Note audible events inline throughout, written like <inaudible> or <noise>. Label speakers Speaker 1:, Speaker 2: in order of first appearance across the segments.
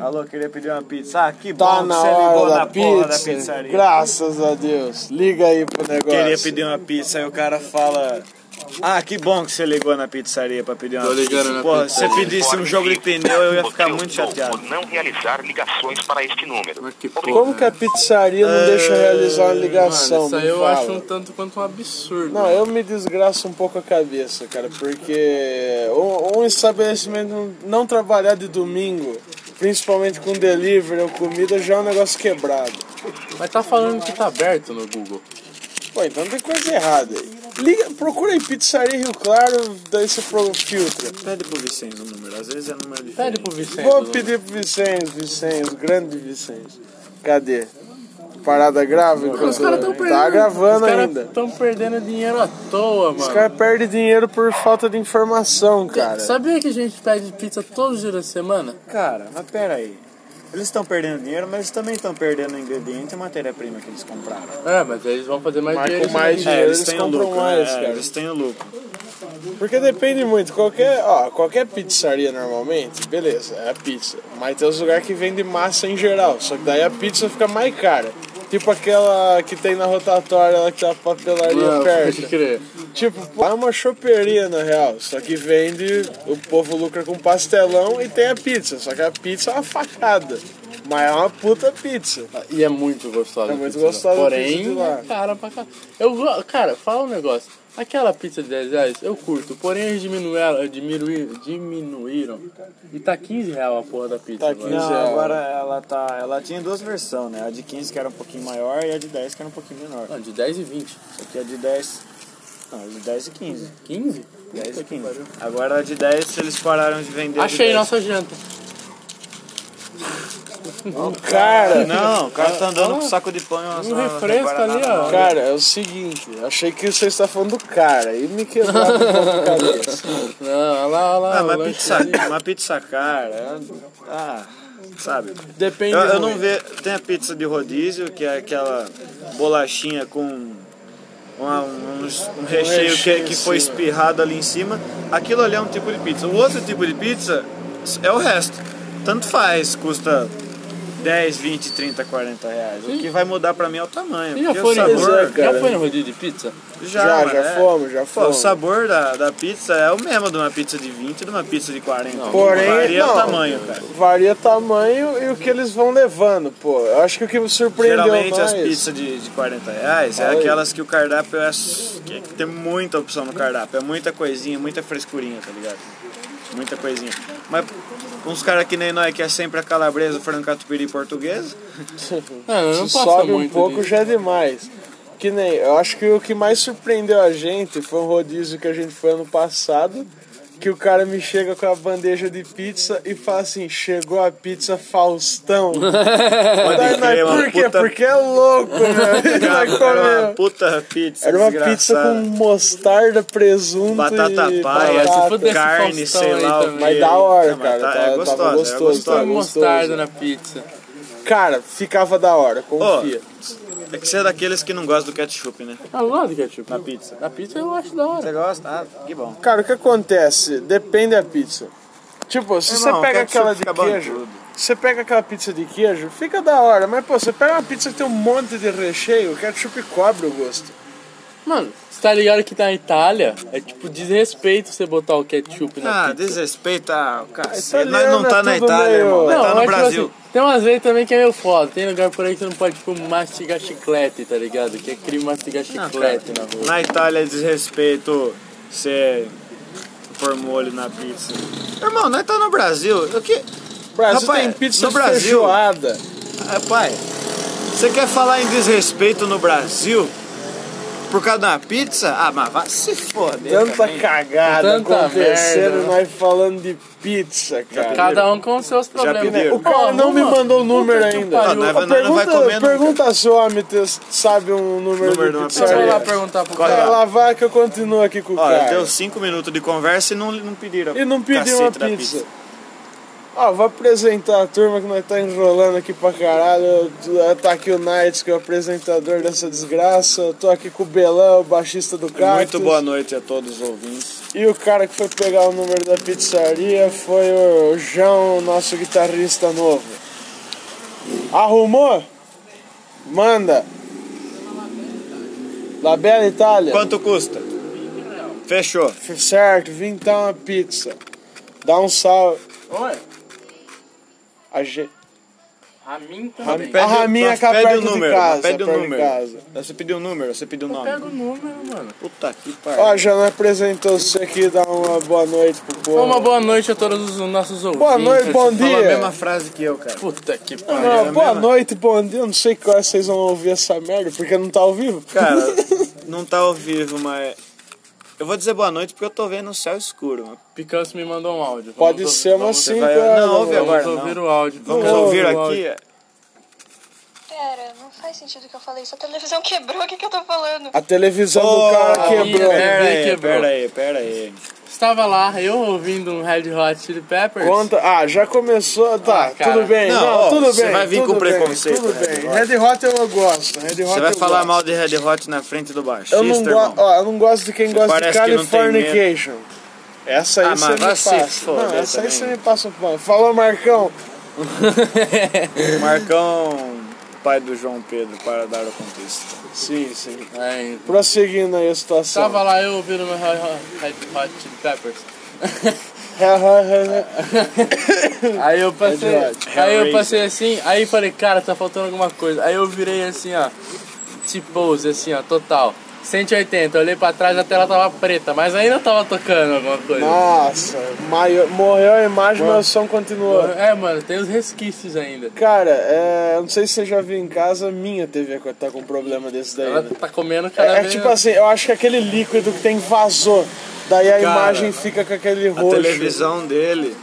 Speaker 1: Alô, queria pedir uma pizza. Ah, que bom
Speaker 2: Tá
Speaker 1: que
Speaker 2: na
Speaker 1: você ligou
Speaker 2: hora
Speaker 1: na
Speaker 2: da
Speaker 1: porra da
Speaker 2: pizza.
Speaker 1: pizzaria.
Speaker 2: Graças a Deus. Liga aí pro negócio.
Speaker 1: Queria pedir uma pizza, aí o cara fala. Ah, que bom que você ligou na pizzaria pra pedir uma
Speaker 2: Tô
Speaker 1: pizza.
Speaker 2: ligando na
Speaker 1: Porra, se
Speaker 2: pizzaria. um
Speaker 1: você pedisse um jogo de pneu, eu ia ficar muito chateado.
Speaker 3: Não realizar ligações para este número.
Speaker 4: Mas que né?
Speaker 3: Obrigado.
Speaker 2: Como que a pizzaria não deixa eu realizar
Speaker 1: É,
Speaker 2: uma ligação? me
Speaker 4: Mano, isso aí eu
Speaker 2: fala.
Speaker 4: acho um tanto quanto um absurdo.
Speaker 2: Não, eu me desgraço um pouco a cabeça, cara, porque um, um estabelecimento não- não trabalhar de domingo, principalmente com delivery ou comida, já é um negócio quebrado.
Speaker 4: Mas tá falando que tá aberto no Google.
Speaker 2: Pô, então tem coisa errada aí. Liga, procura aí pizzaria Rio Claro, daí você pro- filtra.
Speaker 1: Pede pro Vicente o número, às vezes é número
Speaker 4: Pede
Speaker 1: diferente.
Speaker 4: pro Vicente.
Speaker 2: Vou pedir pro Vicente, Vicente, grande Vicente. Cadê? Parada grave?
Speaker 4: Os caras tão perdendo.
Speaker 2: tá gravando
Speaker 4: os caras
Speaker 2: ainda.
Speaker 4: tão perdendo dinheiro à toa, mano.
Speaker 2: Os caras perdem dinheiro por falta de informação, cara.
Speaker 4: Sabia que a gente pede pizza todos os dias da semana?
Speaker 1: Cara, né? mas pera aí. Eles estão perdendo dinheiro, mas eles também estão perdendo o ingrediente e a matéria-prima que eles compraram.
Speaker 4: É, mas eles vão fazer mais
Speaker 2: Mas
Speaker 4: dinheiro.
Speaker 2: com mais
Speaker 4: isso
Speaker 2: É,
Speaker 4: daí.
Speaker 2: eles compram mais,
Speaker 1: né? É,
Speaker 2: cara.
Speaker 1: Eles têm o lucro.
Speaker 2: Porque depende muito. Qualquer, ó, qualquer pizzaria normalmente, beleza, é a pizza. Mas tem os lugares que vendem massa em geral. Só que daí a pizza fica mais cara. Tipo aquela que tem na rotatória, lá que tem a papelaria
Speaker 4: Não, pode
Speaker 2: perto.
Speaker 4: crer.
Speaker 2: Tipo, pô, é uma choperia na real. Só que vende, o povo lucra com pastelão e tem a pizza. Só que a pizza é uma facada. Mas é uma puta pizza.
Speaker 4: E é muito gostosa.
Speaker 2: É muito
Speaker 4: a pizza lá.
Speaker 2: gostosa a pizza de
Speaker 4: Porém,
Speaker 2: lá.
Speaker 4: é cara pra cá. Eu go- Cara, fala um negócio. Aquela pizza de 10 reais, eu curto. Porém, eles diminuíram, diminuí- diminuíram. E tá 15 reais a porra da pizza.
Speaker 2: Tá
Speaker 4: mano.
Speaker 2: 15
Speaker 1: Não,
Speaker 2: real.
Speaker 1: agora ela tá. Ela tinha duas versões, né? A de 15 que era um pouquinho maior e a de 10 que era um pouquinho menor.
Speaker 4: Não, de 10 e 20.
Speaker 1: Só que a é de 10. Não, a de 10 e 15.
Speaker 4: 15?
Speaker 1: 10 e 15. Agora a de 10 eles pararam de vender. a de
Speaker 4: Achei
Speaker 1: 10.
Speaker 4: nossa janta.
Speaker 2: Cara,
Speaker 1: Não, o cara tá andando com saco de pão. e uma-
Speaker 4: Um
Speaker 1: uma-
Speaker 4: refresco
Speaker 1: Guaraná
Speaker 4: ali,
Speaker 1: na
Speaker 4: ó.
Speaker 1: mão.
Speaker 2: Cara, é o seguinte, achei que você está falando do cara e me quebrava um pouco a cabeça.
Speaker 4: Não, olha lá, olha lá.
Speaker 1: Ah,
Speaker 4: o
Speaker 1: mas
Speaker 4: lanche
Speaker 1: pizza,
Speaker 4: ali.
Speaker 1: uma pizza cara. é- Ah, sabe?
Speaker 4: <laughs> Depende.
Speaker 1: Eu, eu não
Speaker 4: muito.
Speaker 1: vejo. Tem a pizza de rodízio, que é aquela bolachinha com uma- uns- um recheio que,
Speaker 2: recheio
Speaker 1: que
Speaker 2: em
Speaker 1: foi
Speaker 2: cima.
Speaker 1: espirrado ali em cima. Aquilo ali é um tipo de pizza. O outro tipo de pizza é o resto. Tanto faz, custa 10, 20, 30, 40 reais. O que vai mudar pra mim é o tamanho.
Speaker 4: Você já
Speaker 1: porque
Speaker 4: foi,
Speaker 1: o sabor.
Speaker 4: no,
Speaker 2: cara.
Speaker 4: já foi no rodízio de pizza?
Speaker 2: Já,
Speaker 1: mano,
Speaker 2: já
Speaker 1: é.
Speaker 2: fomos, já
Speaker 1: Pô, o
Speaker 2: fomos.
Speaker 1: sabor da, da pizza é o mesmo de uma pizza de 20 e de uma pizza de 40.
Speaker 2: Porém,
Speaker 1: varia
Speaker 2: não.
Speaker 1: o tamanho, cara.
Speaker 2: Varia tamanho e o que eles vão levando, pô. Eu acho que o que me surpreendeu
Speaker 1: Geralmente
Speaker 2: mais...
Speaker 1: as pizzas de, de 40 reais é
Speaker 2: Fala aí.
Speaker 1: aquelas que o cardápio é. s- que tem muita opção no cardápio. É muita coisinha, muita frescurinha, tá ligado? Muita coisinha. Mas uns caras que nem nós que é sempre a calabresa, o frango catupiry português.
Speaker 4: Não, Ah, eu não
Speaker 2: Se
Speaker 4: passa
Speaker 2: sobe um
Speaker 4: muito
Speaker 2: pouco
Speaker 4: disso.
Speaker 2: já é demais. Que nem, eu acho que o que mais surpreendeu a gente foi um rodízio que a gente foi ano passado, que o cara me chega com a bandeja de pizza e fala assim, chegou a pizza
Speaker 4: <laughs>
Speaker 2: Faustão. Daí
Speaker 1: Pode
Speaker 2: É. nós,
Speaker 1: crer, uma
Speaker 2: por quê?
Speaker 1: puta.
Speaker 2: Porque é louco,
Speaker 4: <laughs>
Speaker 2: né? E nós
Speaker 1: Era uma
Speaker 2: comemos.
Speaker 1: puta pizza.
Speaker 2: Era uma pizza
Speaker 1: desgraçada.
Speaker 2: com mostarda, presunto
Speaker 1: Batata
Speaker 2: e
Speaker 1: paia,
Speaker 2: batata.
Speaker 4: se fuder. esse
Speaker 1: carne,
Speaker 4: Faustão
Speaker 1: sei
Speaker 4: aí
Speaker 1: lá o
Speaker 4: também.
Speaker 1: que.
Speaker 2: Mas da hora,
Speaker 1: mas
Speaker 2: cara, tá-
Speaker 1: é
Speaker 2: tava
Speaker 1: gostosa, é
Speaker 2: gostoso,
Speaker 1: gostosa.
Speaker 2: tava tá gostoso.
Speaker 4: mostarda na pizza.
Speaker 2: Cara, ficava da hora,
Speaker 1: Ó,
Speaker 2: confia.
Speaker 1: é que você é daqueles que não gosta do ketchup, né?
Speaker 2: Tá
Speaker 4: Ah, eu gosto
Speaker 2: é
Speaker 4: de
Speaker 2: tipo
Speaker 4: ketchup.
Speaker 1: Na pizza.
Speaker 4: Na pizza eu acho da hora.
Speaker 1: Você gosta? Ah, que bom.
Speaker 2: Cara, o que acontece? Depende da pizza. Tipo, se
Speaker 1: Irmão,
Speaker 2: você pega
Speaker 1: ketchup
Speaker 2: aquela de
Speaker 1: fica bom em
Speaker 2: queijo,
Speaker 1: tudo.
Speaker 2: você pega aquela pizza de queijo, fica da hora. Mas, pô, você pega uma pizza que tem um monte de recheio, o ketchup cobre o gosto.
Speaker 4: Mano, você tá ligado que na Itália é tipo desrespeito você botar o ketchup na
Speaker 1: Ah,
Speaker 4: pizza.
Speaker 1: desrespeita ah, o cacete.
Speaker 2: Italiano
Speaker 1: Nós não tá
Speaker 2: é
Speaker 1: na
Speaker 2: tudo
Speaker 1: Itália,
Speaker 2: meio-
Speaker 1: irmão. Nós tá
Speaker 4: Não,
Speaker 1: no
Speaker 4: mas, tipo
Speaker 1: Brasil.
Speaker 4: assim, tem umas leis também que é meio foda. Tem lugar por aí que você não pode, tipo, mastigar chiclete, tá ligado? Que é crime mastigar
Speaker 1: Não,
Speaker 4: chiclete
Speaker 1: cara,
Speaker 4: na rua.
Speaker 1: na Itália é desrespeito ser pôr molho na pizza. Irmão, nós tá no Brasil. O que...
Speaker 2: Brasil
Speaker 1: Rapaz,
Speaker 2: tem pizza
Speaker 1: no Brasil-
Speaker 2: feijoada.
Speaker 1: Ah, Pai, você quer falar em desrespeito no Brasil por causa de uma pizza? Ah, mas vai se foder.
Speaker 2: Tanta
Speaker 1: também.
Speaker 2: cagada
Speaker 4: Tanta
Speaker 2: acontecendo,
Speaker 4: merda, né?
Speaker 2: nós falando de pizza, cara.
Speaker 4: Cada um com os seus problemas.
Speaker 1: pediram.
Speaker 2: O cara
Speaker 4: Ó,
Speaker 2: não me
Speaker 4: arruma-
Speaker 2: mandou o número
Speaker 4: Puta que
Speaker 2: ainda.
Speaker 4: pariu.
Speaker 1: Ah,
Speaker 2: Ó,
Speaker 1: não é- não vai
Speaker 2: pergunta
Speaker 1: comer nunca.
Speaker 2: pergunta se o Amites sabe um número,
Speaker 1: Número de
Speaker 2: de
Speaker 1: uma
Speaker 4: Eu vou lá
Speaker 2: pizzaria.
Speaker 4: perguntar pro
Speaker 1: Corre
Speaker 4: cara.
Speaker 2: Vai lá, vai que eu continuo aqui com o
Speaker 1: Olha,
Speaker 2: cara.
Speaker 1: deu cinco minutos de conversa e não, não pediram.
Speaker 2: E não pediu
Speaker 1: cacete
Speaker 2: uma
Speaker 1: da
Speaker 2: pizza. Ó, vou apresentar a turma que nós tá enrolando aqui pra caralho. Eu- eu- Tá aqui o Knights, que é o apresentador dessa desgraça. Eu tô aqui com o Belão, o baixista do Cactus.
Speaker 1: Muito boa noite a todos os ouvintes.
Speaker 2: E o cara que foi pegar o número da pizzaria foi o João, nosso guitarrista novo. Arrumou? Manda. La Bela Itália.
Speaker 1: Quanto custa? Fechou.
Speaker 2: Certo, vintão a pizza. Dá um salve.
Speaker 4: Oi,
Speaker 2: A gente...
Speaker 4: a mim
Speaker 2: A,
Speaker 4: também.
Speaker 1: Pede-
Speaker 2: a Raminha
Speaker 1: nós
Speaker 2: cá
Speaker 1: pede
Speaker 2: perto
Speaker 1: o número, nós
Speaker 2: de casa.
Speaker 1: pede o
Speaker 2: perto de
Speaker 1: número.
Speaker 2: casa.
Speaker 1: Você pediu o número, você pediu o
Speaker 4: Pega o
Speaker 1: nome.
Speaker 4: número, mano.
Speaker 1: Puta que
Speaker 2: Ó,
Speaker 1: pariu.
Speaker 2: a Jana apresentou você aqui, dá uma boa noite pro povo.
Speaker 4: Uma boa noite a todos os nossos ouvintes.
Speaker 2: Boa noite, bom
Speaker 4: Você
Speaker 1: Fala a
Speaker 2: dia.
Speaker 1: mesma frase que eu, cara.
Speaker 4: fala- Puta que
Speaker 2: Não,
Speaker 4: pariu.
Speaker 1: a
Speaker 2: boa
Speaker 1: mesma?
Speaker 2: noite, bom dia. Eu não sei que hora vocês vão ouvir essa merda, porque não tá ao vivo.
Speaker 1: Cara, não tá ao vivo, mas. Eu vou dizer boa noite porque eu tô vendo o céu escuro. mano.
Speaker 4: Picanso me mandou um áudio. Vamos
Speaker 2: Pode
Speaker 4: ouvir-
Speaker 2: ser
Speaker 4: vamos
Speaker 2: umas
Speaker 1: ver,
Speaker 2: 5
Speaker 1: vai-
Speaker 2: horas.
Speaker 1: não, ouve
Speaker 2: mano.
Speaker 1: agora.
Speaker 4: Vamos ouvir
Speaker 1: não.
Speaker 4: o áudio.
Speaker 1: Vamos
Speaker 4: Vamos
Speaker 1: ouvir
Speaker 4: o áudio.
Speaker 1: aqui.
Speaker 5: Cara, não faz sentido o que eu falei. Sua televisão <laughs> quebrou, o que, que eu tô falando?
Speaker 2: A televisão do cara quebrou.
Speaker 4: minha
Speaker 1: Pera aí,
Speaker 4: Quebrou.
Speaker 1: pera aí, pera aí.
Speaker 4: Estava lá, eu ouvindo um Red Hot Chili Peppers.
Speaker 2: Conta... Ah, já começou. Tá,
Speaker 4: Ah, cara.
Speaker 2: tudo bem.
Speaker 1: Não,
Speaker 2: Não,
Speaker 1: ó,
Speaker 2: tudo bem.
Speaker 1: você vai vir
Speaker 2: tudo
Speaker 1: com
Speaker 2: bem,
Speaker 1: preconceito,
Speaker 2: Tudo
Speaker 1: Red
Speaker 2: bem.
Speaker 1: Hot.
Speaker 2: Red Hot eu gosto. Red Hot
Speaker 1: Você vai
Speaker 2: eu
Speaker 1: falar
Speaker 2: gosto.
Speaker 1: mal de Red Hot na frente do baixista,
Speaker 2: Eu não,
Speaker 1: irmão?
Speaker 2: go... ó, eu não gosto de quem gosta de
Speaker 1: parece que não tem
Speaker 2: Californication. Essa aí
Speaker 1: Ah,
Speaker 2: você
Speaker 1: mas
Speaker 2: me
Speaker 1: vai se
Speaker 2: passa.
Speaker 1: foder
Speaker 2: Não, essa aí
Speaker 1: também.
Speaker 2: você me passa o pano. Falou, Marcão.
Speaker 1: Marcão, pai do João Pedro, para dar o contexto.
Speaker 2: Sim, sim.
Speaker 4: <laughs> Aí,
Speaker 2: Prosseguindo aí a situação.
Speaker 4: Estava lá, eu ouvindo meu Red Hot- Red Hot Chili Peppers. <laughs> Aí eu passei,
Speaker 2: Verdade.
Speaker 4: aí eu
Speaker 1: Hellraiser.
Speaker 4: passei assim, aí falei, cara, tá faltando alguma coisa. Aí eu virei assim, ó, T-pose, assim, ó, total. 180, eu olhei pra trás, a tela tava preta, mas ainda tava tocando alguma coisa.
Speaker 2: Nossa, maior- morreu a imagem, mas o som continuou.
Speaker 4: É, mano, tem os resquícios ainda.
Speaker 2: Cara, é, eu não sei se você já viu em casa, minha TV co- tá com um problema desse daí.
Speaker 4: Ela
Speaker 2: né?
Speaker 4: tá comendo cada
Speaker 2: É, é
Speaker 4: vez.
Speaker 2: tipo assim, eu acho que aquele líquido que tem vazou. Daí a
Speaker 1: Cara,
Speaker 2: imagem fica com aquele
Speaker 1: A
Speaker 2: roxo.
Speaker 1: televisão dele,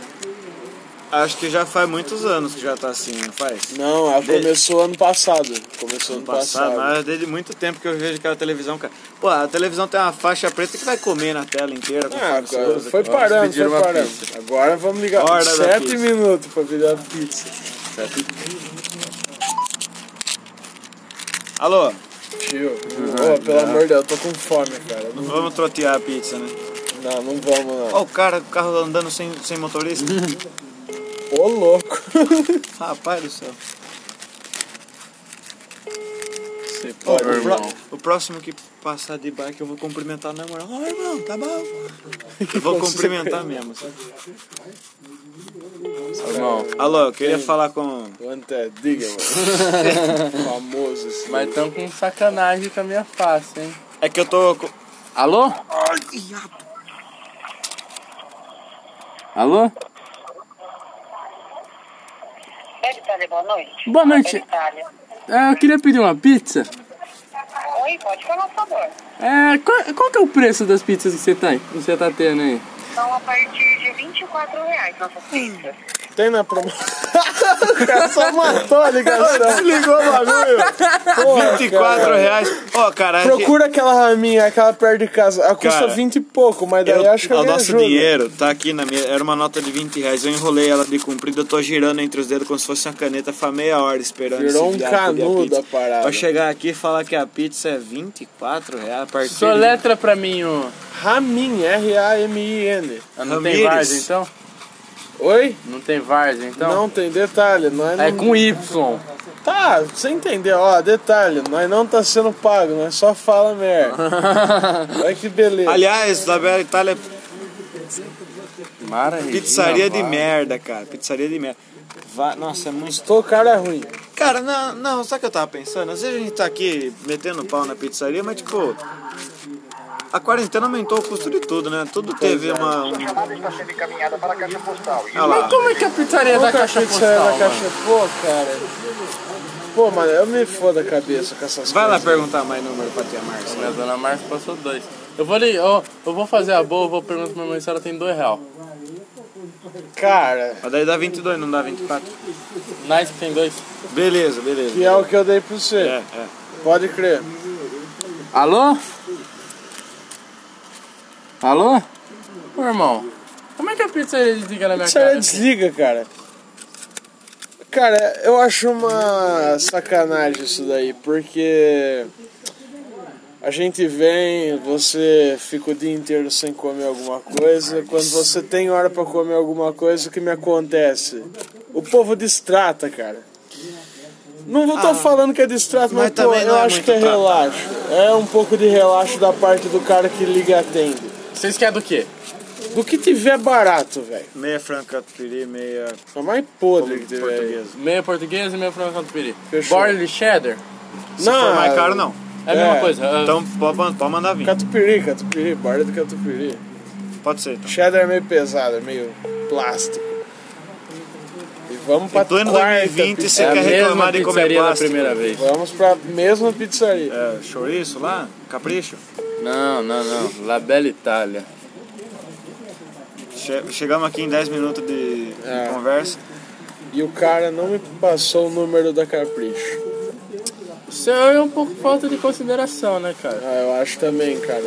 Speaker 1: acho que já faz muitos anos que já tá assim, não faz?
Speaker 2: Não, ela
Speaker 1: Dele.
Speaker 2: começou ano passado. Começou ano
Speaker 1: Passado,
Speaker 2: passado.
Speaker 1: mas desde muito tempo que eu vejo aquela televisão, cara. Pô, a televisão tem uma faixa preta que vai comer na tela inteira.
Speaker 2: Ah,
Speaker 1: conforme você
Speaker 2: agora
Speaker 1: usa,
Speaker 2: foi
Speaker 1: cara.
Speaker 2: parando,
Speaker 1: Pediram
Speaker 2: foi
Speaker 1: uma
Speaker 2: parando.
Speaker 1: pizza.
Speaker 2: Agora vamos ligar.
Speaker 1: Hora da
Speaker 2: Sete
Speaker 1: pizza.
Speaker 2: minutos pra virar pizza.
Speaker 1: Alô,
Speaker 2: Tio,
Speaker 1: Uhum,
Speaker 2: ô, pelo amor de Deus, eu tô com fome, cara. Não,
Speaker 1: vamos trotear a pizza, né?
Speaker 2: não, não vamos não.
Speaker 1: Ó, o cara, o carro andando sem, sem
Speaker 2: <laughs>
Speaker 1: motorista.
Speaker 2: Ô, louco.
Speaker 1: Rapaz do céu.
Speaker 4: Você
Speaker 1: Ó,
Speaker 4: pode,
Speaker 1: o, pró-
Speaker 4: irmão.
Speaker 1: o próximo que passar de bike eu vou cumprimentar na moral. Ó, irmão, tá bom. Eu vou cumprimentar mesmo. assim.
Speaker 4: Irmão.
Speaker 1: Alô, eu queria falar com.
Speaker 2: Quanta é? diga,
Speaker 1: <laughs>
Speaker 2: mano. Famoso esse.
Speaker 4: Mas tão com sacanagem com a minha face, hein?
Speaker 1: É que eu tô. com-
Speaker 4: Alô? Alô?
Speaker 6: Bela Itália, boa noite.
Speaker 4: Boa noite.
Speaker 6: Bela Itália.
Speaker 4: É, eu queria pedir uma pizza.
Speaker 6: Oi, pode falar, por favor.
Speaker 4: É, qual, qual que é o preço das pizzas que você tá, que você tá tendo aí?
Speaker 6: São a partir de 24 reais nossas pizzas.
Speaker 2: Tem na promoção. <laughs> o cara
Speaker 1: <laughs>
Speaker 2: só matou a ligação. Desligou
Speaker 1: Tá
Speaker 2: o bagulho.
Speaker 1: 24 reais. Ó, cara, é que-
Speaker 2: Procura aquela raminha, aquela perto de casa. Ela custa
Speaker 1: Cara,
Speaker 2: 20 e pouco, mas daí
Speaker 1: eu-
Speaker 2: acho que
Speaker 1: o
Speaker 2: eu
Speaker 1: nosso dinheiro tá aqui na minha. Era uma nota de 20 reais. Eu enrolei ela de comprida, eu tô girando entre os dedos como se fosse uma caneta. Faz meia hora esperando.
Speaker 2: Virou
Speaker 1: esse
Speaker 2: um
Speaker 1: viado pedir
Speaker 2: canudo
Speaker 1: pizza.
Speaker 2: a parada.
Speaker 1: Pra chegar aqui e falar que a pizza é 24 reais a partir de-
Speaker 4: Soletra pra mim o.
Speaker 2: Ramin, R-A-M-I-N.
Speaker 4: Ah, Não
Speaker 1: Ramírez.
Speaker 4: tem várzea então?
Speaker 2: Oi?
Speaker 4: Não tem várzea então?
Speaker 2: Não tem detalhe, nós
Speaker 4: É
Speaker 2: não...
Speaker 4: com Y. <laughs>
Speaker 2: Tá, você entendeu, ó, detalhe, nós não tá sendo pago, nós só fala merda. Olha que beleza.
Speaker 1: Aliás, da Bela Itália, é
Speaker 4: Mara
Speaker 1: pizzaria de merda, cara. Pizzaria de merda. Va- Nossa, é muito
Speaker 2: Tô, o cara é ruim.
Speaker 1: Cara, não, não, sabe o que eu tava pensando? Às vezes a gente tá aqui metendo pau na pizzaria, mas tipo. A quarentena aumentou o custo de tudo, né? Tudo
Speaker 3: é.
Speaker 1: teve uma. um-
Speaker 3: chamada está sendo encaminhada para a caixa postal.
Speaker 1: Olha
Speaker 4: Mas
Speaker 1: lá.
Speaker 4: como é que a pizzaria da
Speaker 2: Qual que é a
Speaker 4: caixa
Speaker 2: pizzaria
Speaker 4: postal?
Speaker 2: da caixa? Pô, cara. Pô, mano, eu me foda a cabeça com essas
Speaker 1: Vai lá
Speaker 2: coisas.
Speaker 1: perguntar mais número pra tia Márcia.
Speaker 4: Minha dona Márcia passou dois. Eu vou ali, ó, eu vou fazer a boa, eu vou perguntar pra minha mãe se ela tem dois real.
Speaker 2: Cara,
Speaker 1: Mas daí dá 22, não dá 24.
Speaker 4: Nice que tem dois.
Speaker 1: Beleza, beleza.
Speaker 2: que é o que eu dei pra você.
Speaker 1: É, é.
Speaker 2: Pode crer.
Speaker 4: Alô? Alô? Ô irmão, como é que a pizzaria desliga na minha
Speaker 2: Pizzaria
Speaker 4: cara?
Speaker 2: desliga, cara. Cara, eu acho uma sacanagem isso daí, porque. A gente vem, você fica o dia inteiro sem comer alguma coisa. Quando você tem hora pra comer alguma coisa, o que me acontece? O povo distrata, cara. Não vou tô falando que é distrato,
Speaker 1: Ah. mas
Speaker 2: mas, pô,
Speaker 1: também não
Speaker 2: eu
Speaker 1: é
Speaker 2: acho
Speaker 1: muito
Speaker 2: que é
Speaker 1: pra-
Speaker 2: relaxo. É um pouco de relaxo da parte do cara que liga e atende.
Speaker 4: Vocês querem do quê?
Speaker 2: Do que tiver barato, velho.
Speaker 1: Meia franca catupiry, meia
Speaker 2: É mais podre que tiver. aí.
Speaker 1: portuguesa.
Speaker 4: Meio português e meio frango catupiry.
Speaker 2: Fechou.
Speaker 4: Borda de cheddar?
Speaker 1: Se for mais caro, não.
Speaker 4: É a mesma
Speaker 2: É,
Speaker 4: coisa. ah,
Speaker 1: Então pode, man- pode mandar vir.
Speaker 2: Catupiry, catupiry, borda do catupiry.
Speaker 1: Pode ser, então.
Speaker 2: Cheddar é meio pesado, é meio plástico. E vamos pra
Speaker 1: Em pleno
Speaker 2: quarta
Speaker 1: 2020,
Speaker 4: é
Speaker 1: você
Speaker 4: a
Speaker 2: pizzaria.
Speaker 1: quer reclamar
Speaker 4: mesma
Speaker 1: de comer
Speaker 4: pizzaria da
Speaker 1: plástico?
Speaker 4: primeira vez.
Speaker 2: Vamos pra mesma pizzaria.
Speaker 1: É, chouriço lá? Capricho?
Speaker 4: Não, não, não. La Bella Itália.
Speaker 1: Che- chegamos aqui em 10 minutos de, de
Speaker 2: É.
Speaker 1: conversa.
Speaker 2: E o cara não me passou o número da Capricho.
Speaker 4: Isso é um pouco falta de consideração, né, cara?
Speaker 2: Ah, eu acho também, cara.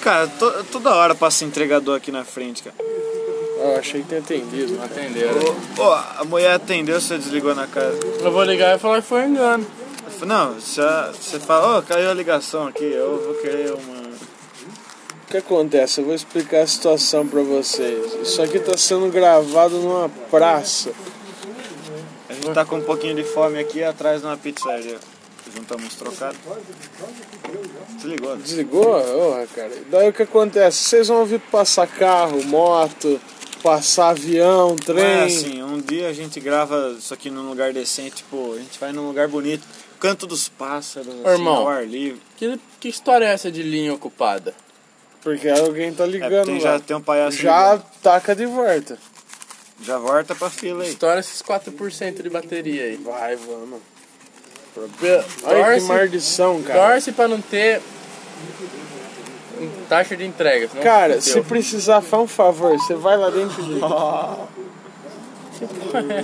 Speaker 1: Cara, to- toda hora passa entregador aqui na frente, cara.
Speaker 2: Ah, eu achei que tinha atendido.
Speaker 4: Não atenderam.
Speaker 1: Ô, ô, a mulher atendeu, você desligou na cara.
Speaker 4: Eu vou ligar e falar que foi um engano.
Speaker 1: Não, você, você fala, ô, caiu a ligação aqui, eu vou querer uma...
Speaker 2: O que acontece? Eu vou explicar a situação pra vocês. Isso aqui tá sendo gravado numa praça.
Speaker 1: A gente tá com um pouquinho de fome aqui atrás de uma pizzaria. Juntamos trocado. Desligou, né?
Speaker 2: Desligou? Ô, cara. Daí o que acontece? Vocês vão ouvir passar carro, moto, passar avião, trem.
Speaker 1: É assim, um dia a gente grava isso aqui num lugar decente, tipo, a gente vai num lugar bonito, canto dos pássaros, assim,
Speaker 4: Irmão.
Speaker 1: ao ar livre.
Speaker 4: Que, que história é essa de linha ocupada?
Speaker 2: Porque alguém tá
Speaker 1: É,
Speaker 2: ligando
Speaker 1: tem,
Speaker 2: lá.
Speaker 1: já tem um palhaço
Speaker 2: Já
Speaker 1: ligando.
Speaker 2: taca de volta.
Speaker 1: já volta pra fila aí.
Speaker 4: História esses 4% de bateria aí.
Speaker 2: Vai, vamos. Olha que
Speaker 4: Torce,
Speaker 2: maldição, cara.
Speaker 4: torce pra não ter taxa de entrega. senão
Speaker 2: Cara, se
Speaker 4: fudeu.
Speaker 2: precisar, faz um favor. Você vai lá dentro e liga.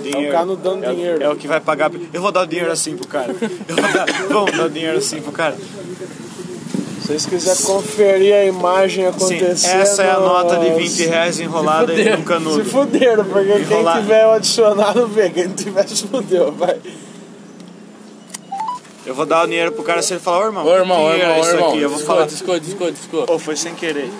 Speaker 1: Dinheiro.
Speaker 2: o cara dando
Speaker 1: É o-
Speaker 2: dinheiro.
Speaker 1: É o que vai pagar. Eu vou dar o dinheiro assim pro cara. Eu vou dar, vamos dar o dinheiro assim pro cara.
Speaker 2: Se vocês quiserem conferir a imagem
Speaker 1: Sim,
Speaker 2: acontecendo...
Speaker 1: essa é a nota de 20 reais enrolada
Speaker 4: Se
Speaker 1: em um
Speaker 2: Se
Speaker 1: canudo.
Speaker 2: fuderam, porque
Speaker 1: Enrolar.
Speaker 2: quem tiver o adicionado vê. Quem tiver, <laughs> se fudeu, vai.
Speaker 1: Eu vou dar o dinheiro pro cara se ele falar, ô irmão,
Speaker 4: Ô, irmão,
Speaker 1: que
Speaker 4: ô,
Speaker 1: dinheiro
Speaker 4: irmão,
Speaker 1: é
Speaker 4: ô,
Speaker 1: isso
Speaker 4: irmão.
Speaker 1: aqui? Eu vou falar,
Speaker 4: Desculpa, desculpa, desculpa, desculpa.
Speaker 1: pô, foi sem querer.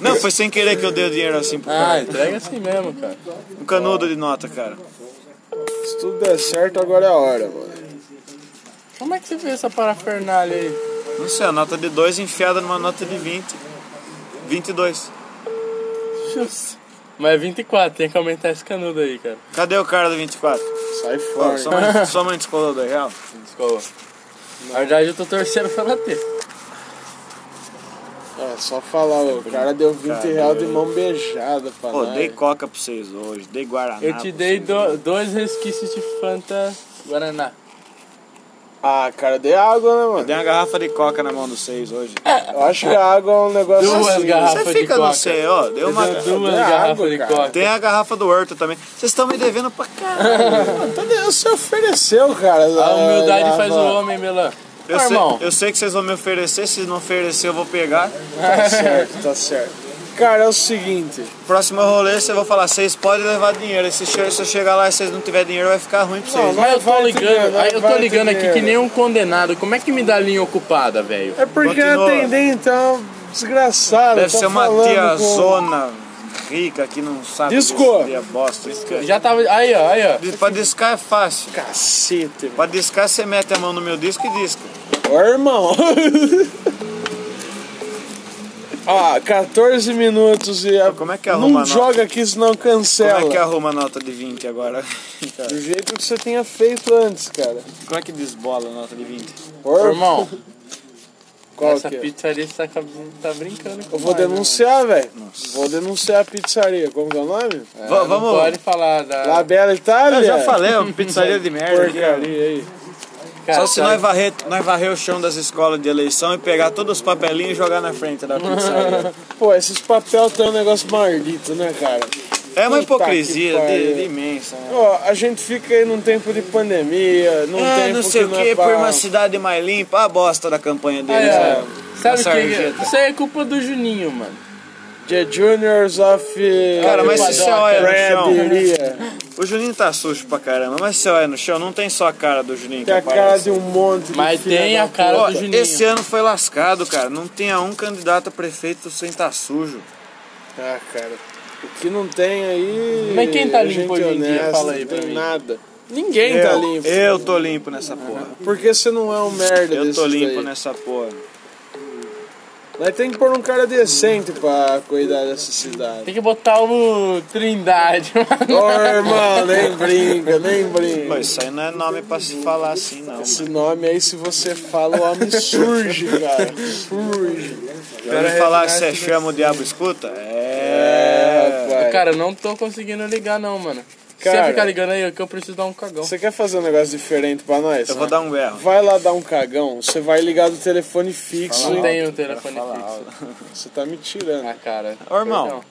Speaker 1: Não, foi sem querer que eu dei o dinheiro assim pro
Speaker 4: Ah,
Speaker 1: cara.
Speaker 4: entrega assim mesmo, cara.
Speaker 1: Um canudo de nota, cara.
Speaker 2: Se tudo der certo, agora é a hora, mano.
Speaker 4: Como é que você vê essa parafernália aí?
Speaker 1: Não sei, a nota de 2 enfiada numa nota de 20. 22.
Speaker 4: Justo. Mas é 24, tem que aumentar esse canudo aí, cara.
Speaker 1: Cadê o cara do 24?
Speaker 2: Sai
Speaker 1: Ó,
Speaker 2: fora.
Speaker 1: sua mãe, sua mãe descolou dois real.
Speaker 4: Desculpa. Na verdade, eu tô torcendo pra ela ter.
Speaker 2: É, só falar, o cara deu 20
Speaker 1: Cara,
Speaker 2: real de mão beijada pra
Speaker 1: Pô,
Speaker 2: nós.
Speaker 1: dei coca pra vocês hoje, dei guaraná.
Speaker 4: Eu te
Speaker 1: pra
Speaker 4: dei
Speaker 1: vocês.
Speaker 4: do- dois resquícios de Fanta Guaraná.
Speaker 2: Ah, cara, dei água, né,
Speaker 1: Eu
Speaker 2: mano?
Speaker 1: dei uma garrafa de coca na mão dos seis hoje.
Speaker 2: Eu acho que a água é um negócio
Speaker 4: Duas
Speaker 2: assim.
Speaker 4: garrafas.
Speaker 1: É, Você
Speaker 4: de
Speaker 1: fica,
Speaker 4: coca.
Speaker 1: não sei, ó. Deu uma.
Speaker 4: Eu dei duas
Speaker 2: dei
Speaker 4: garrafas
Speaker 2: água,
Speaker 4: de
Speaker 2: cara.
Speaker 4: coca.
Speaker 1: Tem a garrafa do Horto também. Vocês estão me devendo pra caralho.
Speaker 2: Então, Deus, Você ofereceu, cara.
Speaker 4: A humildade faz o
Speaker 2: Lava-
Speaker 4: homem, Melan.
Speaker 1: Eu,
Speaker 4: Ô,
Speaker 1: sei,
Speaker 4: irmão,
Speaker 1: eu sei que vocês vão me oferecer, se não oferecer eu vou pegar.
Speaker 2: Tá certo, tá certo. Cara, é o seguinte.
Speaker 1: Próximo rolê, vocês vão falar, vocês podem levar dinheiro. Se, che- se eu chegar lá e vocês não tiverem dinheiro, vai ficar ruim pra vocês.
Speaker 2: Não,
Speaker 4: mas eu
Speaker 2: vai
Speaker 4: tô
Speaker 2: ter
Speaker 4: ligando,
Speaker 2: dinheiro,
Speaker 4: aí eu
Speaker 2: vai
Speaker 4: tô
Speaker 2: ter
Speaker 4: ligando aqui
Speaker 2: dinheiro.
Speaker 4: que nem um condenado. Como é que me dá linha ocupada, velho?
Speaker 2: É porque
Speaker 1: Continua.
Speaker 2: atender, então, desgraçado.
Speaker 1: Deve
Speaker 2: tá
Speaker 1: ser uma
Speaker 2: falando
Speaker 1: tia
Speaker 2: com-
Speaker 1: zona rica que não sabe
Speaker 2: Disco.
Speaker 1: decidir a bosta.
Speaker 4: Já tava. Aí, ó, aí, ó.
Speaker 1: De- Pra discar é fácil.
Speaker 2: Cacete, mano.
Speaker 1: Pra discar, você mete a mão no meu disco e disca.
Speaker 2: Ô, irmão. <laughs> Ó, 14 minutos e... a-
Speaker 1: Como é que arruma a
Speaker 2: Não
Speaker 1: nota?
Speaker 2: joga aqui, senão
Speaker 1: Como
Speaker 2: cancela.
Speaker 1: é que arruma a nota de 20 agora? <laughs>
Speaker 2: Do jeito que você tinha feito antes, cara.
Speaker 1: Como é que desbola a nota de 20?
Speaker 2: Ô,
Speaker 4: Ô, irmão,
Speaker 2: Qual
Speaker 4: essa
Speaker 2: que é?
Speaker 4: pizzaria você tá, acab- tá brincando com
Speaker 2: Eu vou
Speaker 1: é
Speaker 4: nós,
Speaker 2: denunciar, velho. Vou denunciar a pizzaria. Como que é o nome?
Speaker 4: né? É,
Speaker 1: Va-
Speaker 4: não
Speaker 1: vamos-
Speaker 4: Pode falar da.
Speaker 2: La Bela Itália?
Speaker 1: Eu já falei, é uma pizzaria de merda. aqui, ó. <laughs>
Speaker 2: Porcaria aí.
Speaker 4: Cara,
Speaker 1: Só se nós varrer, nós varrer o chão das escolas de eleição e pegar todos os papelinhos e jogar na frente da pizzaria.
Speaker 2: Pô, esses papel tão um negócio maldito, né, cara?
Speaker 1: É uma
Speaker 2: Puta que
Speaker 1: hipocrisia
Speaker 2: pariu.
Speaker 1: de, de imensa. né?
Speaker 2: Ó, a gente fica aí num tempo de pandemia, num
Speaker 1: Ah,
Speaker 2: tempo
Speaker 1: não sei
Speaker 2: que
Speaker 1: o
Speaker 2: não é
Speaker 1: que,
Speaker 2: pra-
Speaker 1: por uma cidade mais limpa, a bosta da campanha deles.
Speaker 4: Aí, ó.
Speaker 1: né?
Speaker 4: Sabe
Speaker 1: Essa
Speaker 4: o que?
Speaker 1: sarjeta.
Speaker 4: Isso aí é culpa do é Juninho, mano.
Speaker 2: The Juniors of. eh,
Speaker 1: Cara, mas se você olha no chão,
Speaker 2: Braderia.
Speaker 1: o Juninho tá sujo pra caramba, mas se você olha no chão, não tem só a cara do Juninho que
Speaker 2: Tem a cara
Speaker 1: aparece.
Speaker 2: de um monte
Speaker 4: Mas
Speaker 2: de filha
Speaker 4: tem
Speaker 2: da
Speaker 4: a cara
Speaker 1: Ó,
Speaker 4: do Juninho.
Speaker 1: esse ano foi lascado, cara. Não tem a um candidato a prefeito sem tá sujo.
Speaker 2: Ah, cara. O que não tem aí.
Speaker 4: Mas quem tá
Speaker 2: é
Speaker 4: limpo
Speaker 2: gente
Speaker 4: hoje em dia?
Speaker 2: honesta,
Speaker 4: Fala aí
Speaker 2: não
Speaker 4: pra
Speaker 2: tem
Speaker 4: mim.
Speaker 2: nada. Ninguém
Speaker 1: É.
Speaker 2: tá limpo.
Speaker 1: eu tô limpo nessa porra.
Speaker 2: Porque você não é um merda
Speaker 1: Eu tô
Speaker 2: desses
Speaker 1: limpo
Speaker 4: né?
Speaker 2: daí.
Speaker 1: nessa porra.
Speaker 2: Mas tem que pôr um cara decente pra cuidar dessa cidade.
Speaker 4: Tem que botar o Trindade, <laughs> mano.
Speaker 2: Ô, irmão, nem brinca, nem
Speaker 1: Pô,
Speaker 2: brinca.
Speaker 1: isso aí não é nome pra se falar assim, não.
Speaker 2: Esse nome aí, se você fala, o homem surge, cara. Surge.
Speaker 1: Quero falar que
Speaker 4: é
Speaker 1: você chama o diabo escuta? É.
Speaker 2: é É, pai.
Speaker 4: Cara, eu não tô conseguindo ligar não, mano. Se
Speaker 2: Cara.
Speaker 4: você ficar ligando aí, é que eu preciso dar um cagão.
Speaker 2: Você quer fazer um negócio diferente pra nós?
Speaker 1: Eu vou dar um berro.
Speaker 2: Vai lá dar um cagão, você vai ligar do telefone fixo.
Speaker 4: Não
Speaker 2: hein?
Speaker 4: tem o telefone fixo.
Speaker 2: Você tá me tirando,
Speaker 4: Ah, cara.
Speaker 1: Ô, irmão.
Speaker 4: perdão.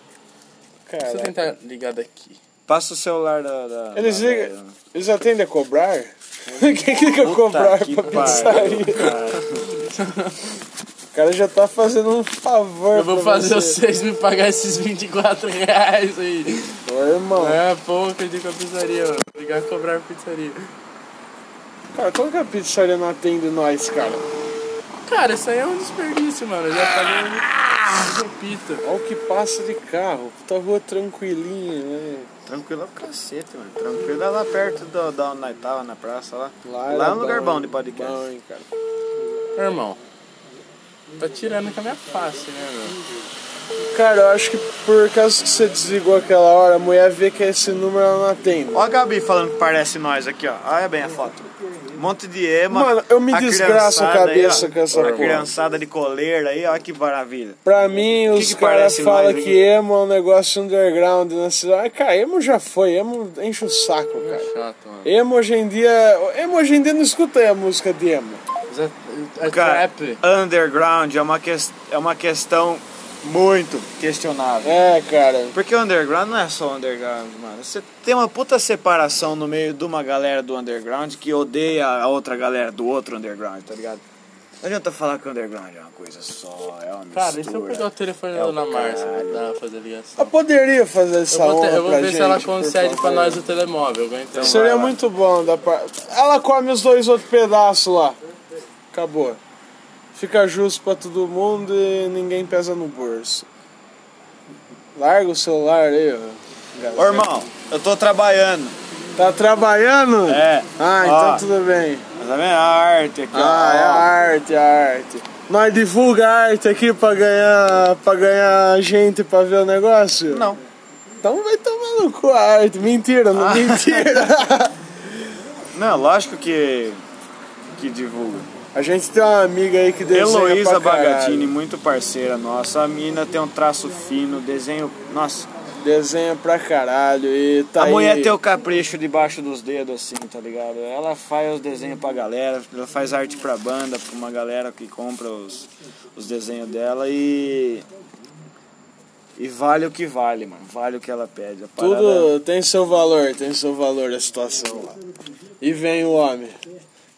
Speaker 2: cara.
Speaker 4: Deixa eu tentar ligar daqui.
Speaker 1: Passa o celular da. da
Speaker 2: Eles,
Speaker 1: da-
Speaker 2: ligam, eles atendem a cobrar? <laughs> Quem que quer
Speaker 1: Puta
Speaker 2: cobrar
Speaker 1: que
Speaker 2: pra
Speaker 1: pariu,
Speaker 2: pizzaria?
Speaker 1: cara.
Speaker 2: O cara já tá fazendo um favor
Speaker 4: Eu vou
Speaker 2: pra
Speaker 4: fazer
Speaker 1: é.
Speaker 2: você.
Speaker 4: vocês me pagar esses 24 reais aí.
Speaker 2: Ô, irmão.
Speaker 4: É pouco, eu digo a pizzaria, mano. Vou Ligar e cobrar a pizzaria.
Speaker 2: Cara, como que a pizzaria não atende nós, cara?
Speaker 4: Cara, isso aí é um desperdício, mano. Eu já um falei. Repita.
Speaker 2: Olha o que passa de carro. Puta rua tranquilinha, né?
Speaker 1: Tranquilo é o cacete, mano. Tranquilo é lá perto do, da onde nós tava, na praça lá. Lá,
Speaker 2: era
Speaker 1: é um lugar bom de podcast.
Speaker 2: Bom, hein, cara.
Speaker 4: Irmão. Tá tirando com a minha face, né, meu?
Speaker 2: Cara, eu acho que por causa que você desligou aquela hora, a mulher vê que esse número ela não atende.
Speaker 1: Ó a Gabi falando que parece nós aqui, ó. Olha bem a foto. Um Monte de ema.
Speaker 2: Mano, eu me desgraço a
Speaker 1: criançada
Speaker 2: cabeça
Speaker 1: aí, ó.
Speaker 2: com essa
Speaker 1: A
Speaker 2: porra.
Speaker 1: criançada de coleira aí, olha que maravilha.
Speaker 2: Pra mim, os
Speaker 1: que
Speaker 2: caras
Speaker 1: parece
Speaker 2: falam
Speaker 1: mais,
Speaker 2: que emo é um negócio underground na cidade. Ah, Cara, emo já foi, emo enche o saco, cara.
Speaker 4: Chato, mano.
Speaker 2: Emo hoje em dia. Emo hoje em dia não escuta a música de emo.
Speaker 4: É,
Speaker 1: Cara,
Speaker 4: trap.
Speaker 1: underground é uma, ques- é uma questão muito questionável.
Speaker 2: É, cara.
Speaker 1: Porque o underground não é só underground, mano. Você tem uma puta separação no meio de uma galera do underground que odeia a outra galera do outro underground, tá ligado? Não adianta falar que o underground é uma coisa só, é uma mistura.
Speaker 4: Cara, um e se eu pegar o telefone da
Speaker 1: É o
Speaker 4: dona Márcia pra
Speaker 1: caralho.
Speaker 4: dar- fazer ligação?
Speaker 2: Eu poderia fazer
Speaker 4: Eu
Speaker 2: essa
Speaker 4: vou, ter-
Speaker 2: honra
Speaker 4: eu vou
Speaker 2: pra
Speaker 4: ver se
Speaker 2: gente,
Speaker 4: ela
Speaker 2: por
Speaker 4: concede pra
Speaker 2: favor.
Speaker 4: nós o telemóvel. eu Então,
Speaker 2: Seria
Speaker 1: Vai lá.
Speaker 2: muito bom da parte. Ela come os dois outros pedaços lá. Acabou. Fica justo pra todo mundo e ninguém pesa no bolso. Larga o celular aí, ó.
Speaker 1: Ô, irmão, eu tô trabalhando.
Speaker 2: Tá trabalhando?
Speaker 1: É.
Speaker 2: Ah,
Speaker 1: Ó,
Speaker 2: então tudo bem.
Speaker 1: Tá vendo? A arte aqui, ó.
Speaker 2: Ah, é a arte, é a arte. Nós divulga a arte aqui pra ganhar, pra ganhar gente pra ver o negócio?
Speaker 1: Não. Ah.
Speaker 2: Então vai tomar no cu a arte. Mentira, não mentira.
Speaker 1: <laughs> Não, é lógico que. que divulga.
Speaker 2: a gente tem uma amiga aí que desenha
Speaker 1: Heloísa
Speaker 2: pra caralho.
Speaker 1: Bagatini, muito parceira nossa. A mina tem um traço fino, desenho. Nossa.
Speaker 2: Desenha pra caralho e tá
Speaker 1: a mulher
Speaker 2: aí.
Speaker 1: tem o capricho debaixo dos dedos, assim, tá ligado? Ela faz os desenhos pra galera, ela faz arte pra banda, pra uma galera que compra os, os desenhos dela e. E vale o que vale, mano. Vale o que ela pede. A parada-
Speaker 2: Tudo tem seu valor, tem seu valor a situação lá. E vem o homem.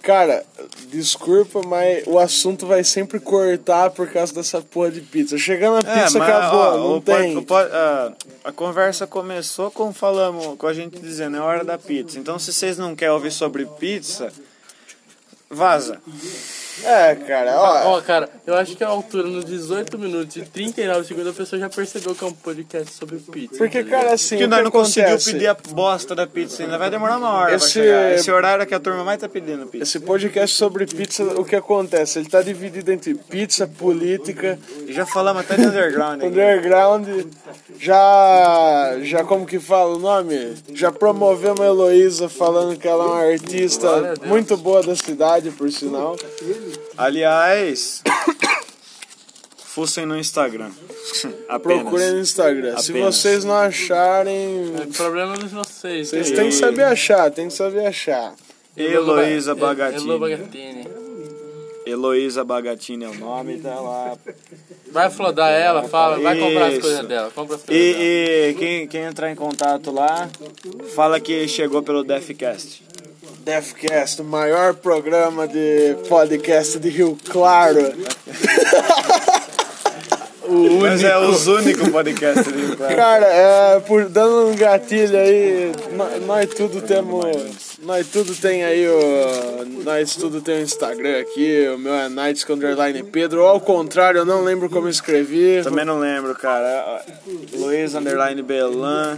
Speaker 2: Cara, desculpa, mas o assunto vai sempre cortar por causa dessa porra de pizza. Chegando a pizza,
Speaker 1: É, mas,
Speaker 2: acabou,
Speaker 1: ó,
Speaker 2: não
Speaker 1: o pod-
Speaker 2: tem.
Speaker 1: o pod- a, a conversa começou com falamos, com a gente dizendo, é hora da pizza. Então se vocês não querem ouvir sobre pizza, vaza.
Speaker 2: É, cara, ó.
Speaker 4: Ó, cara, eu acho que a altura, nos 18 minutos e 39 segundos, a pessoa já percebeu que é um podcast sobre pizza.
Speaker 2: Porque,
Speaker 4: tá ligado?
Speaker 2: cara, assim,
Speaker 1: Porque
Speaker 2: o
Speaker 1: nós
Speaker 2: que
Speaker 1: não
Speaker 2: acontece?
Speaker 1: conseguiu pedir a bosta da pizza ainda, vai demorar uma hora pra
Speaker 2: Esse-
Speaker 1: chegar. Esse horário é que a turma mais tá pedindo pizza.
Speaker 2: Esse podcast sobre pizza, o que acontece? Ele tá dividido entre pizza, política,
Speaker 1: Já falamos até de
Speaker 2: <coughs>
Speaker 1: underground. aqui.
Speaker 2: underground. Já. Já como que fala o nome? Já promovemos a Heloísa falando que ela é uma artista muito boa da cidade, por sinal.
Speaker 1: Aliás, <coughs> fussem no Instagram. <coughs> Apenas.
Speaker 2: Procurem no Instagram. Se
Speaker 1: Apenas.
Speaker 2: vocês não acharem.
Speaker 4: É problema de vocês.
Speaker 2: Vocês
Speaker 4: né?
Speaker 2: têm que saber achar, tem que saber achar.
Speaker 1: Heloísa
Speaker 4: Ba-
Speaker 1: Bagatini.
Speaker 4: Elo Bagatini.
Speaker 1: Heloísa Bagatini é o nome, tá lá.
Speaker 4: Vai flodar ela, fala, vai comprar as
Speaker 1: Isso.
Speaker 4: coisas dela. Compra as coisas dela.
Speaker 1: E, e quem, quem entrar em contato lá, fala que chegou pelo Deathcast.
Speaker 2: Deathcast, o maior programa de podcast de Rio Claro.
Speaker 4: o
Speaker 1: Mas é
Speaker 4: único.
Speaker 1: os únicos podcasts ali, claro.
Speaker 2: Cara, é, por, dando um gatilho aí, nó- nós tudo temos. Nós tudo tem aí o. Nós tudo tem o Instagram aqui, o meu é Nights Underline Pedro. Ao contrário, eu não lembro como escrevi.
Speaker 1: <laughs> Também não lembro, cara. Luiz Underline Belan,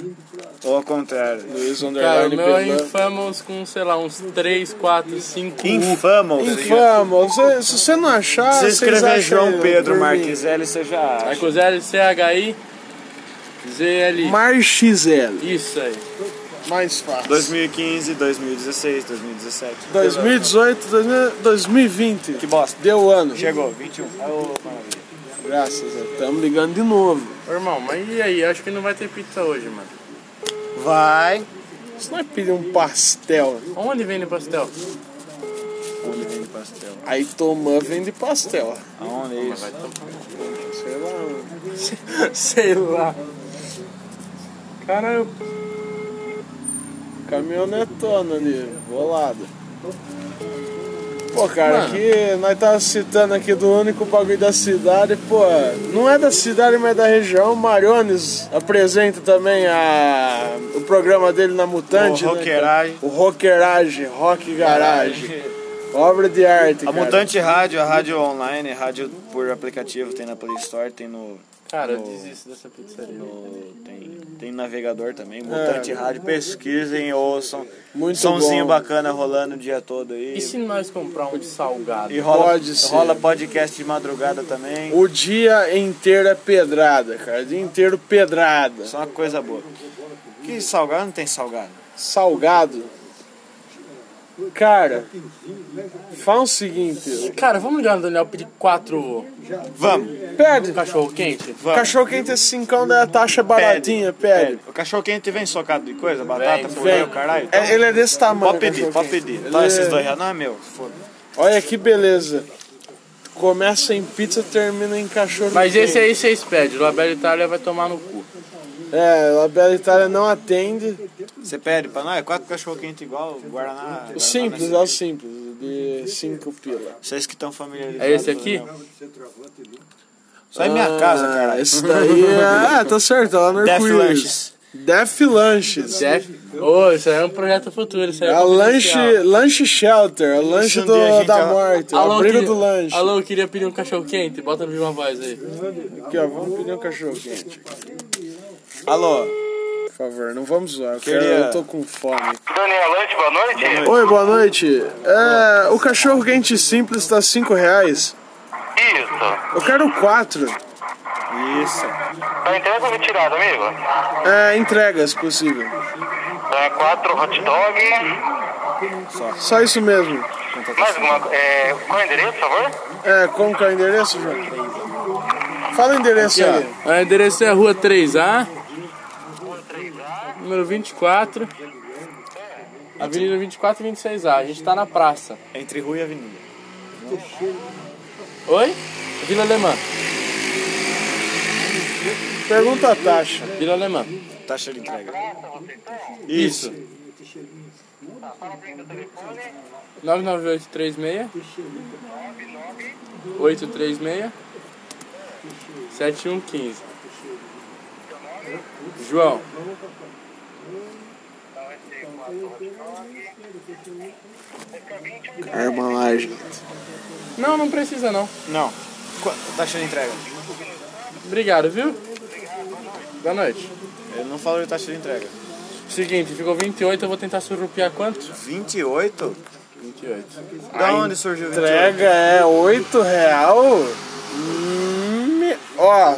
Speaker 1: ou ao contrário.
Speaker 2: Luiz
Speaker 4: Cara, o
Speaker 2: Underline
Speaker 4: meu é
Speaker 1: né?
Speaker 2: Pedro.
Speaker 4: Infamous com, sei lá, uns 3, 4, 5.
Speaker 1: Infama,
Speaker 2: Infamo, se, se você não achar.
Speaker 1: Se
Speaker 2: vocês
Speaker 1: escrever
Speaker 2: acham
Speaker 1: João
Speaker 2: aí,
Speaker 1: Pedro
Speaker 2: por mim.
Speaker 1: Marquiselli, você já
Speaker 4: Aí
Speaker 1: acha.
Speaker 4: com ZL, CHI, ZL.
Speaker 2: Marxl,
Speaker 4: Isso aí.
Speaker 2: mais fácil.
Speaker 1: 2015, 2016, 2017.
Speaker 2: 2018, 2020.
Speaker 1: Que bosta.
Speaker 2: Deu o ano.
Speaker 1: Chegou, 21. Ô, maravilha.
Speaker 2: Graças a Deus. Estamos ligando de novo.
Speaker 4: Ô, irmão, mas e aí? Acho que não vai ter pizza hoje, mano.
Speaker 1: Vai.
Speaker 2: Se nós pedir um pastel,
Speaker 4: Onde vende pastel?
Speaker 1: Onde vende pastel?
Speaker 2: aí Tomã vende pastel.
Speaker 1: Aonde é isso?
Speaker 2: Sei lá. mano.
Speaker 4: <laughs> sei lá. Caralho.
Speaker 2: Caminhonetona ali, bolada. Pô, cara, aqui nós tava citando aqui do único bagulho da cidade, pô, não é da cidade, mas é da região. Mariones apresenta também a, o programa dele na Mutante.
Speaker 1: O
Speaker 2: né, cara?
Speaker 1: Rockerage.
Speaker 2: o Rockerage, Rock Garage. Obra de arte,
Speaker 1: A
Speaker 2: cara.
Speaker 1: Mutante Rádio, a rádio online, a rádio por aplicativo, tem na Play Store, tem no.
Speaker 4: Cara, eu desisto dessa pizzaria.
Speaker 1: no- tem, tem navegador também. Mutante Rádio, pesquisem, ouçam.
Speaker 2: Muito
Speaker 1: Somzinho
Speaker 2: bom.
Speaker 1: bacana rolando o dia todo aí.
Speaker 4: E se nós comprar um de salgado?
Speaker 1: E rola,
Speaker 2: Pode ser.
Speaker 1: rola podcast de madrugada também.
Speaker 2: O dia inteiro é pedrada, cara. O dia inteiro pedrada.
Speaker 1: Só uma coisa boa. Que salgado não tem salgado?
Speaker 2: Salgado. Cara, faz o seguinte.
Speaker 4: Cara, vamos ligar no Daniel pedir quatro
Speaker 1: Vamos,
Speaker 2: Pede.
Speaker 4: cachorro quente?
Speaker 1: vamos.
Speaker 2: Cachorro quente é cincão da taxa baratinha, pede.
Speaker 1: O cachorro quente vem socado de coisa, batata,
Speaker 4: Vem,
Speaker 1: purê, o caralho. Então,
Speaker 2: É, ele é desse tamanho.
Speaker 1: pode pedir,
Speaker 2: cachorro
Speaker 1: pode
Speaker 2: quente.
Speaker 1: pedir.
Speaker 2: Ele
Speaker 1: Tá,
Speaker 2: é-
Speaker 1: esses dois reais não é meu. Foda-se.
Speaker 2: Olha que beleza. Começa em pizza, termina em cachorro
Speaker 4: Mas
Speaker 2: quente.
Speaker 4: esse aí vocês pedem. Labela Itália vai tomar no cu.
Speaker 2: É, a Bela Itália não atende.
Speaker 1: Você pede pra nós é quatro cachorro quente igual, Guaraná.
Speaker 2: O simples, é o simples. De 5 pila.
Speaker 1: Vocês que estão familiarizados.
Speaker 4: É esse aqui?
Speaker 1: Só em minha casa,
Speaker 2: Ah,
Speaker 1: cara.
Speaker 2: esse daí é... Ah, tá certo, é lá no
Speaker 1: <laughs> Death
Speaker 2: arco-íris.
Speaker 1: Lunches.
Speaker 2: Def Lanches.
Speaker 4: Chefe. Ô, isso aí é um projeto futuro. Isso aí é
Speaker 2: É o lanche,
Speaker 4: potencial.
Speaker 2: lanche shelter, é o lanche
Speaker 1: um
Speaker 2: do-
Speaker 1: dia a gente
Speaker 2: da
Speaker 1: a-
Speaker 2: morte, o
Speaker 4: Alô,
Speaker 2: abrigo
Speaker 4: queria-
Speaker 2: do lanche.
Speaker 4: Alô, eu queria pedir um cachorro quente. Bota no Viva Voz aí.
Speaker 2: Aqui, ó, vamos pedir um cachorro quente.
Speaker 1: Alô,
Speaker 2: Por favor, não vamos zoar, eu,
Speaker 1: Queria-
Speaker 2: quero, eu tô com fome.
Speaker 3: Daniel Lante, boa noite.
Speaker 2: Oi, boa noite. É, o cachorro quente simples tá 5 reais.
Speaker 3: Isso.
Speaker 2: Eu quero 4.
Speaker 1: isso.
Speaker 3: Tá entrega ou retirada, amigo?
Speaker 2: É, entrega, se possível.
Speaker 3: Tá, quatro hot dog.
Speaker 2: Só isso mesmo.
Speaker 3: Mais alguma é, Qual é o endereço, por favor?
Speaker 2: É, como que é o endereço, João? Fala o endereço
Speaker 4: Aqui,
Speaker 2: aí.
Speaker 4: ó. O endereço é Rua 3A. Número 24. Avenida 24 e 26A. A gente tá na praça.
Speaker 1: Entre rua e avenida.
Speaker 4: Oi? Vila Alemã.
Speaker 2: Pergunta a taxa.
Speaker 4: Vila Alemã.
Speaker 1: Taxa de entrega.
Speaker 4: Isso.
Speaker 3: Tá, fala pra mim do telefone.
Speaker 4: 99836 836 7115 João,
Speaker 3: Então vai ser quatro hot dog. Vai ficar 21
Speaker 2: Arma lá, gente.
Speaker 4: não, não precisa não.
Speaker 1: Não. Qua- Taxa de entrega.
Speaker 4: Obrigado, viu? Boa noite.
Speaker 1: Ele não falou de taxa de entrega.
Speaker 4: Seguinte, ficou 28, eu vou tentar surrupiar quanto?
Speaker 1: 28?
Speaker 4: 28.
Speaker 1: Da onde surgiu o 28?
Speaker 2: entrega é 8 real? Hum, ó,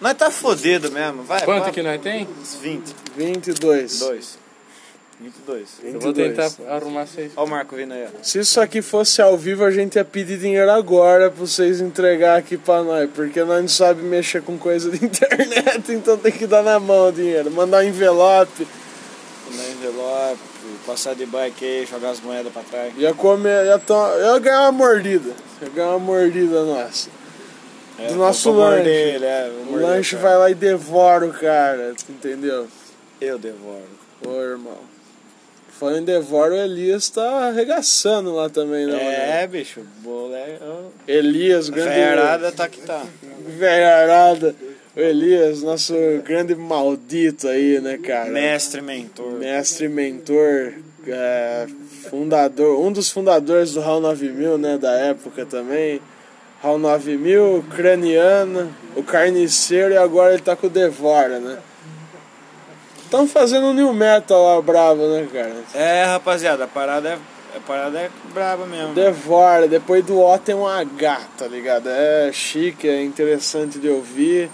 Speaker 1: Nós tá fodido mesmo, vai.
Speaker 4: Quanto
Speaker 1: vai.
Speaker 4: que é? nós tem?
Speaker 1: 20.
Speaker 2: 22.
Speaker 1: 2. 22.
Speaker 4: Eu vou
Speaker 2: 22.
Speaker 4: tentar arrumar seis.
Speaker 1: Olha o Marco vindo aí, ó.
Speaker 2: Se isso aqui fosse ao vivo, a gente ia pedir dinheiro agora pra vocês entregar aqui pra nós, porque nós não sabe mexer com coisa de <laughs> internet, então tem que dar na mão o dinheiro, mandar um envelope,
Speaker 1: Mandar um envelope, passar de bike aí, jogar as moedas pra trás.
Speaker 2: ia comer, ia tomar, ia ganhar uma mordida, ia ganhar uma mordida nossa.
Speaker 1: É,
Speaker 2: Do nosso
Speaker 1: eu vou
Speaker 2: lanche.
Speaker 1: morder ele, é, vou
Speaker 2: O
Speaker 1: morder
Speaker 2: lanche
Speaker 1: o
Speaker 2: vai
Speaker 1: cara.
Speaker 2: lá e devora o cara, entendeu?
Speaker 1: Eu devoro.
Speaker 2: Ô, irmão. Falando em Devora, o Elias tá arregaçando lá também, né? mano?
Speaker 1: É, bicho, o bolo é.
Speaker 2: Elias, grande.
Speaker 1: Ferrada tá que tá.
Speaker 2: Velharada. O Elias, nosso grande maldito aí, né, cara?
Speaker 1: Mestre, mentor.
Speaker 2: Mestre, mentor, é, fundador, um dos fundadores do HAL 9000, né, da época também. HAL 9000, Craniana, o Carniceiro e agora ele tá com o Devora, né? Estão fazendo um new metal lá, bravo, né, cara?
Speaker 1: É, rapaziada, a parada é, a parada é braba mesmo.
Speaker 2: Devora, depois do O tem um H, tá ligado? É chique, é interessante de ouvir.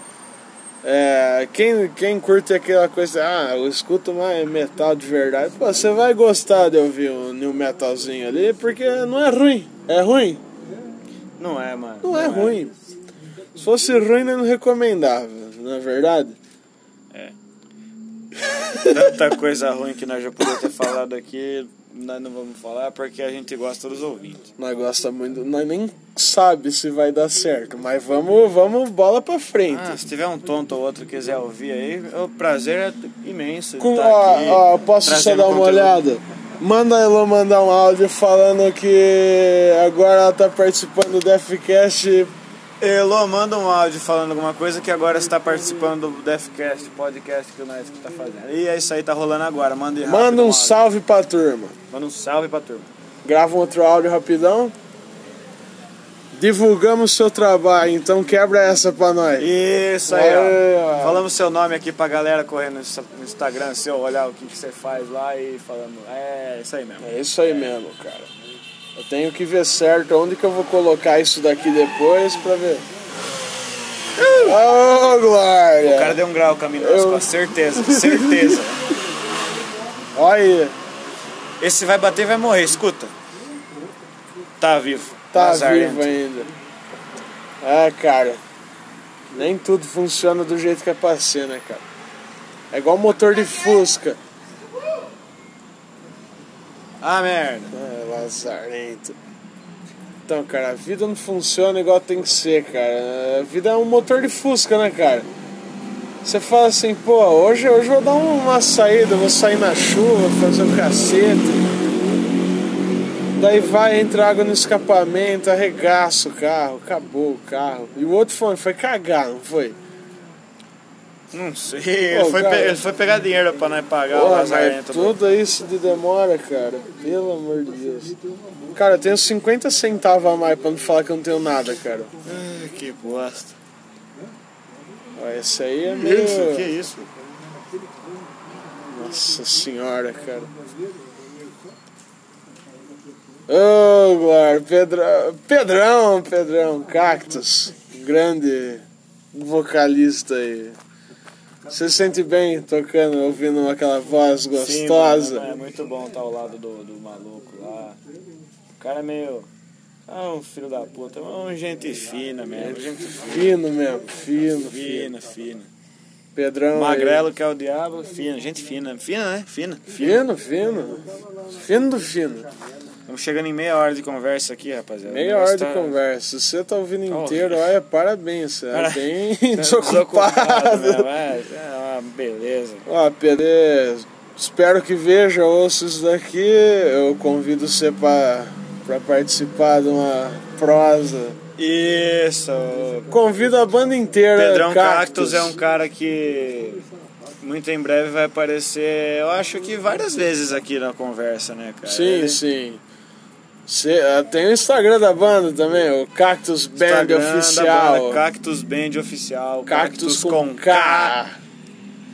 Speaker 2: É, quem, quem curte aquela coisa, ah, eu escuto mais metal de verdade, pô, você vai gostar de ouvir um new metalzinho ali, porque não é ruim. É ruim?
Speaker 1: Não é, mano.
Speaker 2: Não é ruim. Se fosse ruim, eu não recomendava, não é verdade?
Speaker 1: Tanta coisa ruim que nós já podíamos ter falado aqui, nós não vamos falar porque a gente gosta dos ouvintes.
Speaker 2: Nós gosta muito, nós nem sabe se vai dar certo, mas vamos, vamos bola pra frente.
Speaker 1: Ah, se tiver um tonto ou outro que quiser ouvir aí, o prazer é imenso. de
Speaker 2: Com,
Speaker 1: tá
Speaker 2: ó,
Speaker 1: aqui
Speaker 2: ó, posso só
Speaker 1: trazendo
Speaker 2: dar uma
Speaker 1: conteúdo.
Speaker 2: olhada? Manda a Elô mandar um áudio falando que agora ela tá participando do Deathcast.
Speaker 1: Elô, manda um áudio falando alguma coisa que agora está participando do Deathcast, podcast que nós que tá fazendo. E é isso aí, tá rolando agora. Manda, aí rápido
Speaker 2: Manda um
Speaker 1: áudio.
Speaker 2: salve pra turma.
Speaker 1: Manda um salve pra turma.
Speaker 2: Grava um outro áudio rapidão. Divulgamos seu trabalho, então quebra essa pra nós. É
Speaker 1: Isso aí,
Speaker 2: Aê,
Speaker 1: ó.
Speaker 2: ó.
Speaker 1: Falamos seu nome aqui pra galera correndo no Insta- no Instagram seu, olhar o que, que você faz lá e falando. É, isso aí mesmo.
Speaker 2: É isso aí mesmo, cara. Eu tenho que ver certo onde que eu vou colocar isso daqui depois pra ver. Ô, Glória!
Speaker 1: O cara deu um grau caminho nas
Speaker 2: Eu-
Speaker 1: costas, certeza,
Speaker 2: <laughs>
Speaker 1: certeza.
Speaker 2: Olha aí.
Speaker 1: Esse vai bater vai morrer, escuta. Tá vivo.
Speaker 2: tá
Speaker 1: Lazarento.
Speaker 2: vivo ainda. É, cara. Nem tudo funciona do jeito que é pra ser, né, cara? É igual motor de Fusca.
Speaker 1: Ah, merda.
Speaker 2: É, lazarento. Então, cara, a vida não funciona igual tem que ser, cara. A vida é um motor de Fusca, né, cara? Você fala assim, pô, hoje, hoje eu vou dar uma saída, vou sair na chuva, fazer um cacete. Daí vai, entra água no escapamento, arregaça o carro, acabou o carro. E o outro foi, foi cagar, não foi?
Speaker 1: Não sei, ele,
Speaker 2: Ô,
Speaker 1: foi
Speaker 2: cara.
Speaker 1: pe- ele foi pegar dinheiro pra nós pagar o
Speaker 2: Porra, mas
Speaker 1: Lazarento.
Speaker 2: tudo isso de demora, cara. Pelo amor de Deus. Cara, eu tenho 50 centavos a mais pra não falar que eu não tenho nada, cara.
Speaker 1: Ah, que bosta.
Speaker 2: Ó, Esse aí é
Speaker 1: Que
Speaker 2: meio...
Speaker 1: isso, que isso?
Speaker 2: Nossa senhora, cara. Ô, Glória, Pedrão, Pedrão, Pedrão, Cactus, grande vocalista aí. Você se sente bem tocando, ouvindo aquela voz
Speaker 1: Sim,
Speaker 2: gostosa?
Speaker 1: mano, é muito bom estar ao lado do, do maluco lá. O cara é meio. Ah, um filho da puta, mas um gente fina mesmo. Gente
Speaker 2: fino mesmo, fino, fino.
Speaker 1: fina, fina.
Speaker 2: Pedrão. aí.
Speaker 1: Magrelo que é o diabo, fina. Gente fina. Fina, né? Fina.
Speaker 2: Fino, fino. Fino do fino.
Speaker 1: Estamos chegando em meia hora de conversa aqui, rapaziada.
Speaker 2: Meia
Speaker 1: O negócio
Speaker 2: hora de
Speaker 1: tá-
Speaker 2: conversa. Se você tá ouvindo
Speaker 1: Tá
Speaker 2: inteiro,
Speaker 1: horrível.
Speaker 2: olha, parabéns. Você é
Speaker 1: Cara, <laughs> tá
Speaker 2: bem
Speaker 1: Desocupado mesmo,
Speaker 2: desocupado.
Speaker 1: é, é uma beleza.
Speaker 2: Ó, Pedro, espero que veja, ouça isso daqui. Eu convido você pra, pra participar de uma prosa.
Speaker 1: Isso.
Speaker 2: Convido a banda inteira.
Speaker 1: Pedrão
Speaker 2: Cactus
Speaker 1: Cactus é um cara que muito em breve vai aparecer, eu acho que várias vezes aqui na conversa, né, cara?
Speaker 2: Sim,
Speaker 1: Ele-
Speaker 2: sim. Cê- ah, tem o Instagram da banda também, o Cactus Band
Speaker 1: Instagram da
Speaker 2: Oficial.
Speaker 1: banda é Cactus Band Oficial.
Speaker 2: Cactus com K.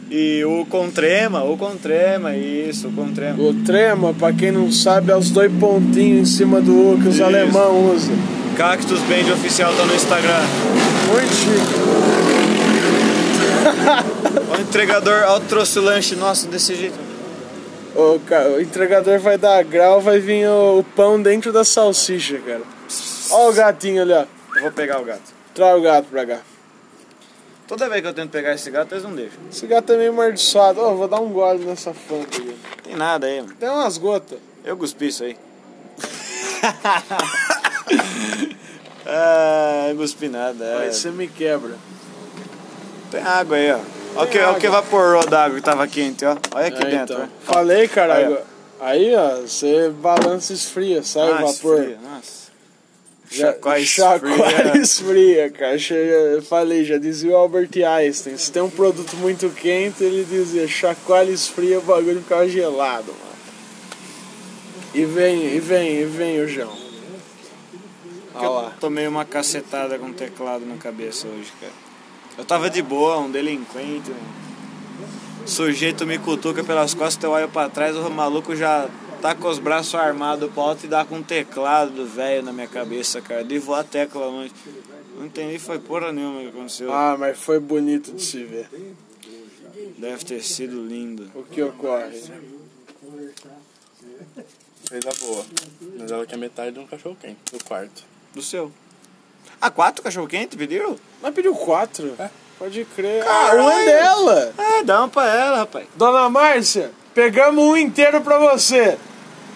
Speaker 1: E o Contrema, o Contrema, isso, o Contrema.
Speaker 2: O trema, pra quem não sabe, é os dois pontinhos em cima do U que os
Speaker 1: Isso.
Speaker 2: alemão usam.
Speaker 1: Cactus Band Oficial tá no Instagram.
Speaker 2: Muito chique.
Speaker 1: O entregador ó, trouxe o lanche nosso desse jeito.
Speaker 2: O, ca- o entregador vai dar grau, vai vir o, o pão dentro da salsicha, cara. Ó o gatinho ali, ó.
Speaker 1: Eu vou pegar o gato.
Speaker 2: Traz o gato pra cá.
Speaker 1: Toda vez que eu tento pegar esse gato, eles não deixam.
Speaker 2: Esse gato é meio mordiçado. Ó, vou dar um gole nessa fanta ali.
Speaker 1: Tem nada aí, mano.
Speaker 2: Tem umas gotas.
Speaker 1: Eu cuspi isso
Speaker 2: <laughs>
Speaker 1: aí. ah, eu cuspi nada.
Speaker 2: Aí
Speaker 1: É.
Speaker 2: você me quebra.
Speaker 1: Tem água aí, ó. Olha o que,
Speaker 2: Tem
Speaker 1: ó o que
Speaker 2: água.
Speaker 1: evaporou d'água que tava quente, ó. Olha aqui
Speaker 2: É,
Speaker 1: dentro,
Speaker 2: então.
Speaker 1: ó.
Speaker 2: Falei,
Speaker 1: Aí, ó.
Speaker 2: caralho. Aí, ó, você balança e esfria, sai Tá o
Speaker 1: Nossa,
Speaker 2: vapor.
Speaker 1: frio, Nossa. Chacói
Speaker 2: Chacói
Speaker 1: esfria.
Speaker 2: esfria, cara. Chega- eu falei, já dizia o Albert Einstein. Se tem um produto muito quente, ele dizia chacoalha esfria, o bagulho ficava gelado, mano. E vem, e vem, e vem o João. Olha
Speaker 1: Eu
Speaker 2: lá.
Speaker 1: tomei uma cacetada com o teclado na cabeça hoje, cara. Eu tava de boa, um delinquente. um Sujeito me cutuca pelas costas, eu olho pra trás, o maluco já tá com os braços armados pro alto e dá com um teclado do velho na minha cabeça, cara. De voar a tecla longe. Não entendi, foi porra nenhuma que aconteceu.
Speaker 2: Ah, mas foi bonito de se ver
Speaker 1: Deve ter sido lindo.
Speaker 2: o que ocorre.
Speaker 4: Fez a boa. Mas ela quer metade de um cachorro quente do quarto.
Speaker 1: Do seu. Ah, quatro cachorro quente pediu?
Speaker 2: Mas pediu quatro? Pode crer.
Speaker 1: Caralho!
Speaker 2: Ah, um é dela!
Speaker 1: É, dá um pra ela, rapaz.
Speaker 2: Dona Márcia, pegamos um inteiro pra você.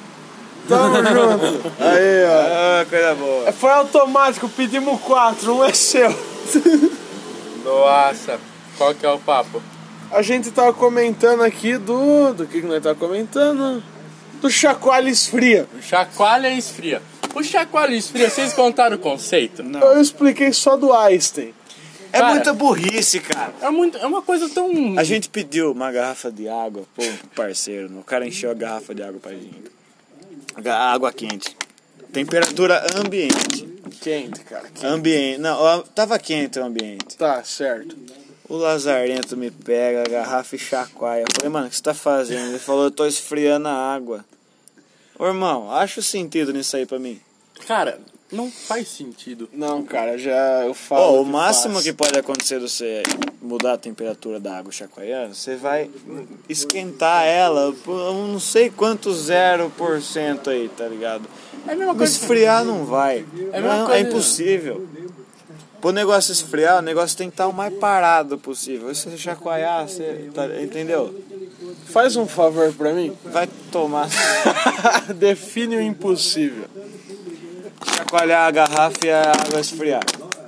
Speaker 1: <laughs>
Speaker 2: Tamo junto. Aí,
Speaker 1: Ah, coisa boa.
Speaker 2: ó. Foi automático, pedimos quatro, um é seu.
Speaker 4: Nossa, qual que é o papo?
Speaker 2: A gente tava comentando aqui do. Do que, que nós tava comentando? Do chacoalho esfria.
Speaker 4: Chacoalha e esfria. O chacoalha e esfria, vocês contaram o conceito?
Speaker 2: Eu expliquei só do Einstein.
Speaker 1: É
Speaker 4: Cara.
Speaker 1: muita burrice, cara.
Speaker 4: É, muito, é uma coisa tão.
Speaker 1: A gente pediu uma garrafa de água pô, pro parceiro. né? O cara encheu a garrafa de água pra gente. Ga- Água quente. Temperatura ambiente.
Speaker 2: Quente, cara. quente.
Speaker 1: Ambiente. Não, ó, tava quente o ambiente.
Speaker 2: Tá, certo.
Speaker 1: O lazarento me pega a garrafa e chacoalha. Eu falei, mano, o que você tá fazendo? Ele falou, eu tô esfriando a água. Ô, irmão, acha o sentido nisso aí pra mim.
Speaker 4: Cara, não faz sentido.
Speaker 2: Não, cara, já eu falo.
Speaker 1: Ó, o
Speaker 2: que
Speaker 1: máximo
Speaker 2: faço.
Speaker 1: que pode acontecer de você mudar a temperatura da água chacoalhando, você vai esquentar ela por um não sei quanto zero por cento aí, tá ligado?
Speaker 4: É a mesma coisa.
Speaker 1: Esfriar não vai.
Speaker 4: É a mesma
Speaker 1: não, é
Speaker 4: coisa-
Speaker 1: impossível. Pro negócio esfriar, o negócio tem que estar o mais parado possível. Se você chacoalhar, você. tá- entendeu?
Speaker 2: Faz um favor pra mim.
Speaker 1: Vai tomar. <laughs>
Speaker 2: Define o impossível.
Speaker 1: chacoalhar a garrafa e a água esfriar.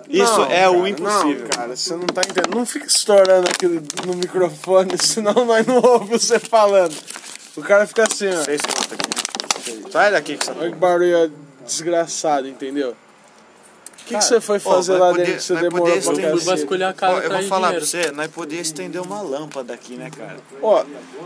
Speaker 1: Isso
Speaker 2: Não,
Speaker 1: é o
Speaker 2: cara,
Speaker 1: impossível.
Speaker 2: Não, cara, você não tá entendendo. Não fica estourando aqui no microfone, <laughs> senão nós não ouvimos você falando. O cara fica assim, ó.
Speaker 1: Vocês contam aqui, né? Sai daqui que você
Speaker 2: Olha que barulho desgraçado, entendeu? O que, que você foi
Speaker 1: Ó,
Speaker 2: fazer
Speaker 1: vai
Speaker 2: lá
Speaker 1: poder-
Speaker 2: dentro que você
Speaker 1: vai
Speaker 2: demorou
Speaker 1: poder
Speaker 2: pra
Speaker 1: estender-
Speaker 4: Fui
Speaker 2: cacete?
Speaker 4: vasculhar a
Speaker 1: Ó,
Speaker 4: casa
Speaker 1: eu vou
Speaker 4: atrás
Speaker 1: falar pra
Speaker 4: tá dinheiro.
Speaker 1: você, nós podia estender uma lâmpada aqui, né, cara?
Speaker 2: Ó,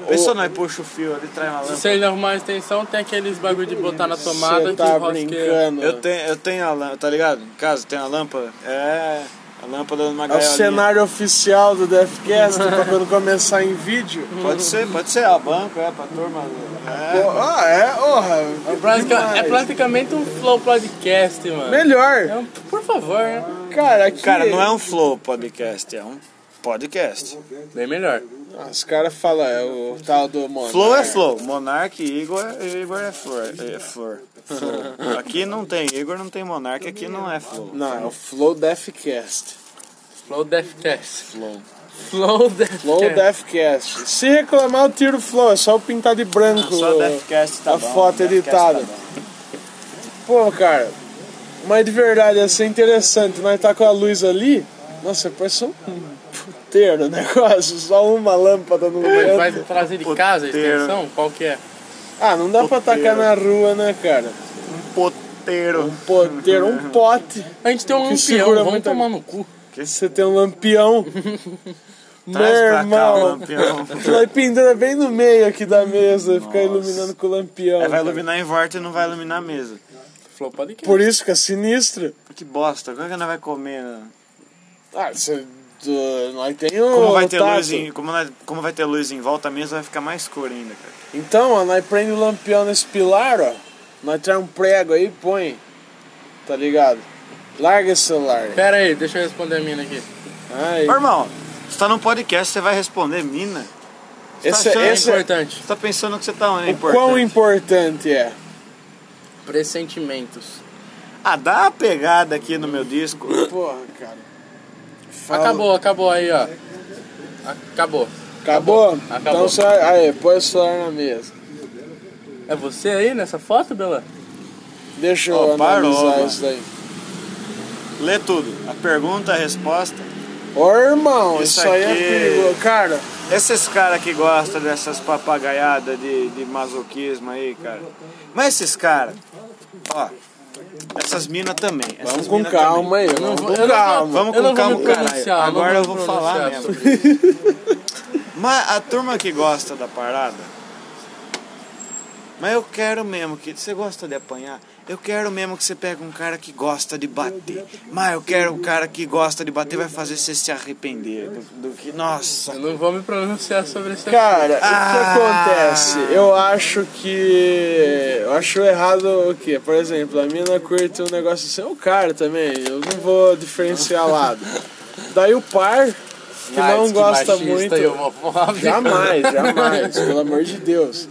Speaker 1: Pensou
Speaker 2: o-
Speaker 1: nós puxa o fio ali, traz uma
Speaker 4: Se
Speaker 1: lâmpada.
Speaker 4: você não arrumar a extensão, tem aqueles bagulho de botar na tomada
Speaker 2: você
Speaker 4: que
Speaker 2: tá
Speaker 4: rosqueia.
Speaker 2: brincando.
Speaker 1: Eu tenho, eu tenho a lâmpada, tá ligado? Em casa tem a lâmpada. É, a lâmpada numa
Speaker 2: É o
Speaker 1: gaiolinha.
Speaker 2: cenário oficial do Deathcast pra quando começar em vídeo.
Speaker 1: Pode ser, pode ser, a banca, é, pra turma. É.
Speaker 2: Ó, Ah, é? Orra!
Speaker 4: É prasca- é praticamente um flow podcast, mano. É
Speaker 2: Melhor!
Speaker 4: um- por favor, né?
Speaker 2: Cara, aqui.
Speaker 1: Cara, não é um flow podcast, é um podcast.
Speaker 4: Bem melhor.
Speaker 2: Ah, Os caras falam, é o tal do Monark.
Speaker 1: um- Flow é flow, Monark, Igor, Igor é flor. É
Speaker 2: <laughs>
Speaker 1: flor. Flow. Aqui não tem Igor, não tem Monark, aqui não é flow.
Speaker 2: Não, é o Flow Deathcast.
Speaker 4: Flow Deathcast.
Speaker 1: Flow.
Speaker 4: Flow Deathcast.
Speaker 2: Flow
Speaker 1: É.
Speaker 2: Deathcast. Se reclamar, eu tiro o Flow, é só eu pintar de branco.
Speaker 1: Só Deathcast tá
Speaker 2: a
Speaker 1: bom,
Speaker 2: foto
Speaker 1: Deathcast
Speaker 2: editada.
Speaker 1: tá bom.
Speaker 2: Pô, cara, mas de verdade, ia ser interessante. Nós tá com a luz ali. Nossa, parece um puteiro o <laughs> negócio, só uma lâmpada no
Speaker 4: Ele
Speaker 2: lugar.
Speaker 4: vai trazer de casa a
Speaker 1: Puteiro.
Speaker 4: extensão? Qual que é?
Speaker 2: Ah, não dá pra
Speaker 1: Puteiro. Um
Speaker 2: atacar na rua, né, cara?
Speaker 1: Poteiro.
Speaker 2: Poteiro, um pote.
Speaker 4: A gente tem um
Speaker 2: Que
Speaker 4: lampião,
Speaker 2: segura
Speaker 4: vamos
Speaker 2: muita-
Speaker 4: tomar no cu.
Speaker 2: Você tem
Speaker 1: <laughs>
Speaker 2: um lampião. Meu
Speaker 1: Traz pra cá o
Speaker 2: irmão.
Speaker 1: lampião.
Speaker 2: Vai pendura bem no meio aqui da mesa, ficar
Speaker 1: Nossa.
Speaker 2: iluminando com o lampião.
Speaker 1: É, vai
Speaker 2: cara.
Speaker 1: iluminar em volta e não vai iluminar a mesa.
Speaker 4: Flow Podcast.
Speaker 2: Por isso fica sinistro.
Speaker 1: Que bosta, como é que nós vai comer? né?
Speaker 2: Ah, você. do- Nós tem o.
Speaker 1: Como vai ter
Speaker 2: tato.
Speaker 1: luz em, como, nós- como vai ter luz em volta, a mesa vai ficar mais escura ainda, cara.
Speaker 2: Então, ó, nós prende o lampião nesse pilar, ó. Nós traz um prego aí e põe. Tá ligado? Larga esse celular.
Speaker 4: Pera aí, deixa eu responder a mina aqui.
Speaker 2: Ai,
Speaker 1: Ô, irmão, você tá num podcast, você vai responder, mina?
Speaker 2: esse,
Speaker 1: achando
Speaker 2: esse
Speaker 4: é
Speaker 2: é
Speaker 4: importante.
Speaker 1: Você tá pensando que você tá onde? é
Speaker 2: o quão
Speaker 1: importante?
Speaker 2: importante é.
Speaker 4: Pressentimentos.
Speaker 1: Ah, dá uma pegada aqui no meu disco.
Speaker 2: Porra, cara. Fala-
Speaker 4: Acabou, acabou aí, ó. Acabou.
Speaker 2: Acabou?
Speaker 4: Acabou.
Speaker 2: Então você. Aí, põe o celular na mesa.
Speaker 4: É você aí nessa foto, Bela?
Speaker 2: Deixa eu
Speaker 1: Ó,
Speaker 2: analisar
Speaker 1: parou, mano.
Speaker 2: isso daí.
Speaker 1: Lê tudo. A pergunta, a resposta.
Speaker 2: Ô, irmão,
Speaker 1: Isso
Speaker 2: isso, aí é
Speaker 1: aqui-
Speaker 2: perigoso. Cara,
Speaker 1: Esses caras que gostam dessas papagaiadas de, de masoquismo aí, cara. Mas esses caras, ó, Essas minas também.
Speaker 2: Vamos
Speaker 1: essas
Speaker 2: com
Speaker 1: mina
Speaker 2: calma aí,
Speaker 4: Eu não
Speaker 2: vamos
Speaker 4: vou-
Speaker 2: com
Speaker 4: eu não vou-
Speaker 2: calma.
Speaker 1: Vamos
Speaker 4: eu
Speaker 1: com
Speaker 4: não vou
Speaker 1: calma,
Speaker 4: me
Speaker 1: caralho.
Speaker 4: pronunciar,
Speaker 1: Agora
Speaker 4: não
Speaker 1: eu
Speaker 4: vou
Speaker 1: vou
Speaker 4: me
Speaker 1: falar
Speaker 4: pronunciar
Speaker 1: mesmo. <laughs> Mas a turma que gosta da parada. Mas eu quero mesmo que. Você gosta de apanhar? Eu quero mesmo que você pegue um cara que gosta de bater. Mas eu quero um cara que gosta de bater, vai fazer você se arrepender do, do que. Nossa!
Speaker 4: Eu não vou me pronunciar sobre esse
Speaker 2: Cara,
Speaker 1: Ah!
Speaker 2: o que acontece? Eu acho que. Eu acho errado o quê? Por exemplo, a mina curte um negócio assim, o cara também, eu não vou diferenciar lado. Daí o par, que
Speaker 4: Ah,
Speaker 2: não
Speaker 4: diz que
Speaker 2: gosta
Speaker 4: machista,
Speaker 2: muito.
Speaker 4: Eu vou falar, <laughs>
Speaker 2: <laughs> Jamais, jamais, pelo amor de Deus.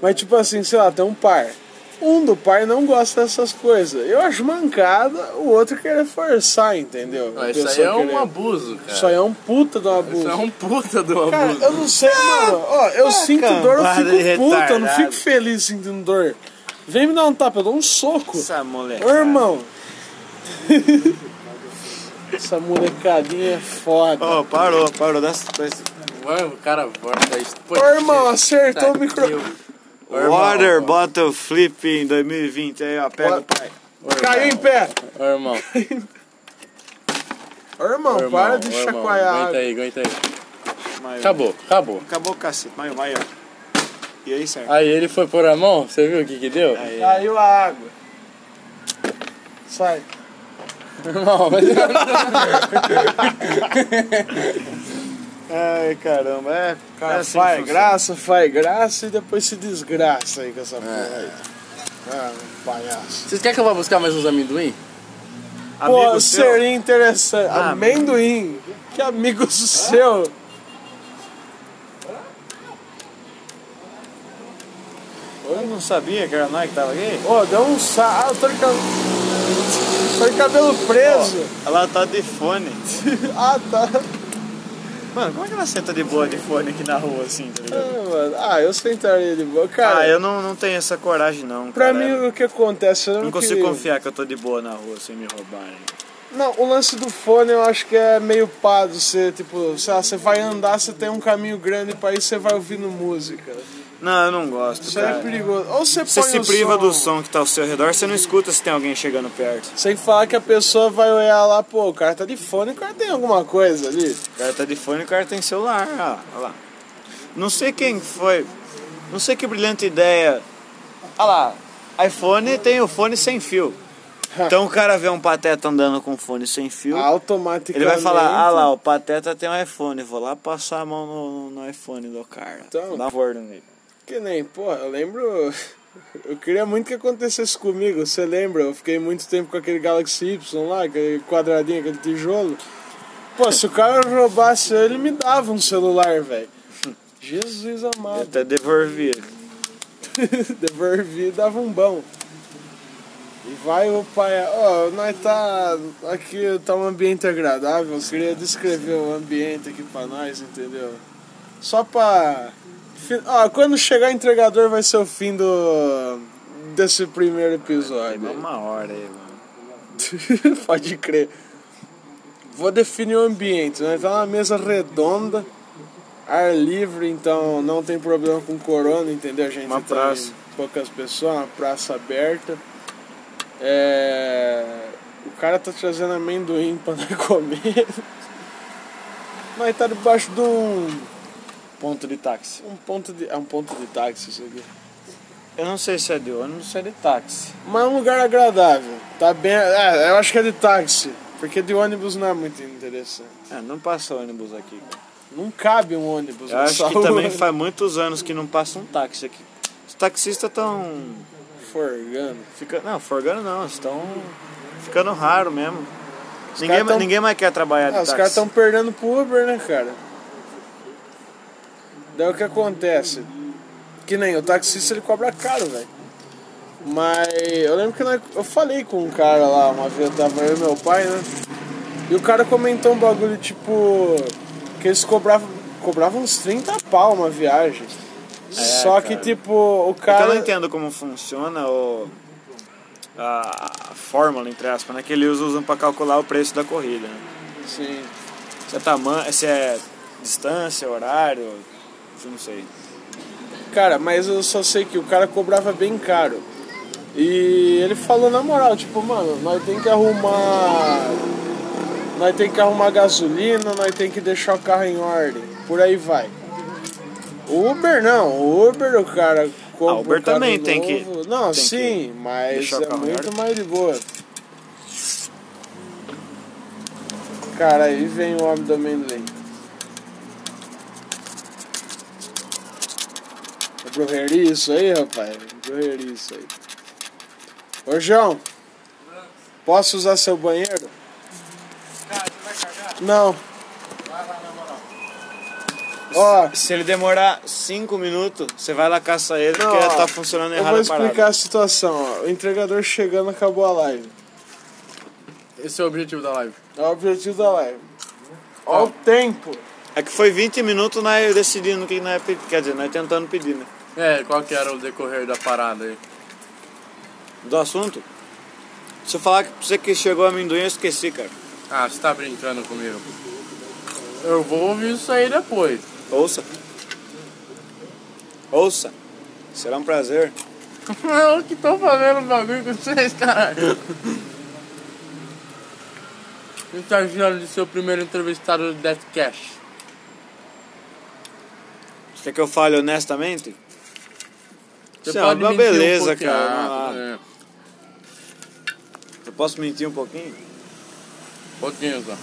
Speaker 2: Mas tipo assim, sei lá, tem um par. Um do par não gosta dessas coisas. Eu acho mancada o outro querer forçar, entendeu? A
Speaker 4: Mas isso aí
Speaker 2: pessoa
Speaker 4: é um
Speaker 2: querer.
Speaker 4: abuso, cara.
Speaker 2: Isso aí é um puta do abuso.
Speaker 4: Isso é um puta do abuso.
Speaker 2: Cara, Ah, eu não sei, mano. Ó, eu sinto dor, eu
Speaker 1: cambada de
Speaker 2: fico puta, eu não
Speaker 1: retardado.
Speaker 2: fico feliz sentindo dor. Vem me dar um tapa, eu dou um soco.
Speaker 1: Essa moleque.
Speaker 2: Ô, irmão. <laughs> Essa molecadinha é foda.
Speaker 1: Oh, parou, parou. Dá, dá,
Speaker 4: Mano, o cara volta isso. Pô,
Speaker 2: Ô, irmão,
Speaker 4: que-
Speaker 2: acertou
Speaker 4: tá
Speaker 2: o micro-
Speaker 4: aqui, ô. Ô, irmão,
Speaker 1: water
Speaker 4: ó.
Speaker 1: Bottle Flip em 2020. Aí, ó, pega o pai.
Speaker 2: Caiu em pé.
Speaker 4: Ô, irmão.
Speaker 2: Ô, irmão,
Speaker 4: Ô, irmão,
Speaker 2: para de
Speaker 4: ô, irmão.
Speaker 2: chacoalhar.
Speaker 4: Aguenta aí, aguenta aí.
Speaker 1: Maior.
Speaker 4: Acabou, acabou.
Speaker 1: Acabou o cacete. Maior, maior. E aí, certo?
Speaker 4: Aí ele foi por a mão, você viu o que que deu?
Speaker 1: Aí.
Speaker 2: Caiu a água. Sai.
Speaker 4: <laughs> Irmão, mas...
Speaker 1: Ai, caramba, é.
Speaker 2: Cara,
Speaker 1: é assim
Speaker 2: faz
Speaker 1: que funciona.
Speaker 2: graça, faz graça e depois se desgraça aí com
Speaker 4: É.
Speaker 2: essa porra aí. Ah, palhaço.
Speaker 4: Vocês querem que eu vá buscar mais uns amendoim?
Speaker 1: Amigo
Speaker 2: Pô,
Speaker 1: seu?
Speaker 2: seria interessante.
Speaker 1: Ah,
Speaker 2: Amendoim. Que amigo seu.
Speaker 1: Eu não sabia que era nós que tava aqui.
Speaker 2: Ô, deu um sa... Ah, eu tô de, cab- tô de cabelo preso.
Speaker 1: Ela tá de fone.
Speaker 2: <laughs> ah, tá.
Speaker 1: Mano, como é que ela senta de boa de fone aqui na rua assim, tá ligado?
Speaker 2: Ah, mano. Ah, eu sentaria de boa. Cara,
Speaker 1: Ah, eu não, não tenho essa coragem não.
Speaker 2: pra
Speaker 1: cara.
Speaker 2: mim o que acontece... Eu não,
Speaker 1: Não consigo
Speaker 2: que-
Speaker 1: confiar que eu tô de boa na rua sem me roubarem.
Speaker 2: Não, o lance do fone eu acho que é meio pá do você, tipo, sei lá, você vai andar, você tem um caminho grande pra ir, você vai ouvindo música.
Speaker 1: Não, eu não gosto,
Speaker 2: Isso aí é
Speaker 1: cara.
Speaker 2: perigoso. Ou você,
Speaker 1: Você
Speaker 2: põe
Speaker 1: se
Speaker 2: o
Speaker 1: priva
Speaker 2: som...
Speaker 1: do som que tá ao seu redor, você não escuta se tem alguém chegando perto.
Speaker 2: Sem falar que a pessoa vai olhar lá, pô, o cara tá de fone, o cara tem alguma coisa ali.
Speaker 1: O cara tá de fone e o cara tem celular. Olha lá, olha lá. Não sei quem foi. Não sei que brilhante ideia. Olha lá. iPhone tem o fone sem fio. Então o cara vê um pateta andando com fone sem fio.
Speaker 2: Automaticamente.
Speaker 1: Ele vai falar, ah lá, o Pateta tem um iPhone, vou lá passar a mão no, no iPhone do cara.
Speaker 2: Então.
Speaker 1: Dá um forno nele.
Speaker 2: Que nem, pô, eu lembro. <laughs> Eu queria muito que acontecesse comigo, você lembra? Eu fiquei muito tempo com aquele Galaxy Y lá, aquele quadradinho, aquele tijolo. Pô, se o cara roubasse eu, ele me dava um celular, velho. Jesus
Speaker 1: Eu
Speaker 2: amado.
Speaker 1: até devolvi.
Speaker 2: <laughs> Devolvi e dava um bom. E vai o pai, ó, nós tá. Aqui tá um ambiente agradável, eu queria descrever o ambiente aqui pra nós, entendeu? Só pra. fi- Ó, quando chegar o entregador vai ser o fim do. desse primeiro
Speaker 1: Aí deu
Speaker 2: episódio.
Speaker 1: uma hora aí, mano.
Speaker 2: <laughs> Pode crer. Vou definir o ambiente, né? Tá uma mesa redonda, ar livre, então não tem problema com corona, entendeu? A gente
Speaker 1: Uma
Speaker 2: tá
Speaker 1: praça.
Speaker 2: em poucas pessoas, uma praça aberta. É, O cara tá trazendo amendoim pra nós <laughs> comer. Mas tá debaixo de um,
Speaker 1: Ponto de táxi.
Speaker 2: um ponto de. É um ponto de táxi isso aqui.
Speaker 1: Eu não sei se é de ônibus, se é de táxi.
Speaker 2: Mas é um lugar agradável. Tá bem. É, eu acho que é de táxi. Porque de ônibus não é muito interessante.
Speaker 1: É, não passa ônibus aqui. cara.
Speaker 2: Não cabe um ônibus.
Speaker 1: Eu
Speaker 2: na
Speaker 1: acho
Speaker 2: sua
Speaker 1: que
Speaker 2: rua.
Speaker 1: também faz muitos anos que não passa um táxi aqui. Os taxistas estão.
Speaker 2: Forgando.
Speaker 1: Fica... Não, forgando não, estão ficando raro mesmo. Ninguém,
Speaker 2: caras tão-
Speaker 1: ninguém mais quer trabalhar de
Speaker 2: Ah, os
Speaker 1: táxi. É
Speaker 2: caras estão perdendo pro Uber, né, cara? Daí o que acontece? Que nem o taxista ele cobra caro, velho. Mas eu lembro que nós- eu falei com um cara lá uma vez, tava eu e meu pai, né? E o cara comentou um bagulho tipo. Que eles cobravam, cobravam uns 30 pau uma viagem. Só que
Speaker 1: É, cara.
Speaker 2: tipo, o
Speaker 1: É que
Speaker 2: cara.
Speaker 1: eu não entendo como funciona o, a, a fórmula, entre aspas, né? Que eles usam pra calcular o preço da corrida. Né?
Speaker 2: Sim.
Speaker 1: Se é, tamanho, se é distância, horário, eu não sei.
Speaker 2: Cara, mas eu só sei que o cara cobrava bem caro. E ele falou na moral, tipo, mano, nós tem que arrumar. Nós tem que arrumar gasolina, nós tem que deixar o carro em ordem. Por aí vai. O Uber não, o Uber o cara compra.
Speaker 1: Ah, Uber
Speaker 2: um carro
Speaker 1: também tem que-
Speaker 2: novo. Não,
Speaker 1: tem que
Speaker 2: sim, mas
Speaker 1: deixar o
Speaker 2: é
Speaker 1: carro em
Speaker 2: muito
Speaker 1: ordem.
Speaker 2: mais de boa. Cara, aí vem o homem do amendoim. É brujeria isso aí, rapaz? É Brujeria isso aí. Ô, João. Posso usar seu banheiro?
Speaker 4: Cara, você vai cagar?
Speaker 2: Não.
Speaker 4: Vai lá, na moral.
Speaker 2: Ó,
Speaker 1: Se ele demorar 5 minutos, você vai lá caçar ele,
Speaker 2: Não,
Speaker 1: porque
Speaker 2: ó,
Speaker 1: tá funcionando
Speaker 2: eu
Speaker 1: errado
Speaker 2: vou
Speaker 1: a parada.
Speaker 2: explicar a situação. Ó. O entregador chegando acabou a live.
Speaker 4: Esse é o objetivo da live.
Speaker 2: É o objetivo da live. Ó o tempo.
Speaker 1: É que foi 20 minutos nós decidindo o que nós pedimos. Quer dizer, nós tentando pedir, né?
Speaker 4: É, qual que era o decorrer da parada aí?
Speaker 1: Do assunto. Se eu falar que pra você que chegou amendoim, eu esqueci, cara.
Speaker 4: Ah, você tá brincando comigo. Eu vou ouvir isso aí depois. <laughs>
Speaker 1: Ouça. Ouça. Será um prazer.
Speaker 4: Eu que tô fazendo um bagulho com vocês, caralho. Estagiário tá de seu primeiro entrevistado do Death Cash.
Speaker 1: Você quer que eu fale honestamente?
Speaker 4: Você
Speaker 1: Sim,
Speaker 4: pode
Speaker 1: mas
Speaker 4: mentir
Speaker 1: é
Speaker 4: um
Speaker 1: beleza,
Speaker 4: pouquinho.
Speaker 1: cara,
Speaker 4: Ah,
Speaker 1: vamos lá.
Speaker 4: é.
Speaker 1: Eu posso mentir um pouquinho?
Speaker 4: Pouquinho só.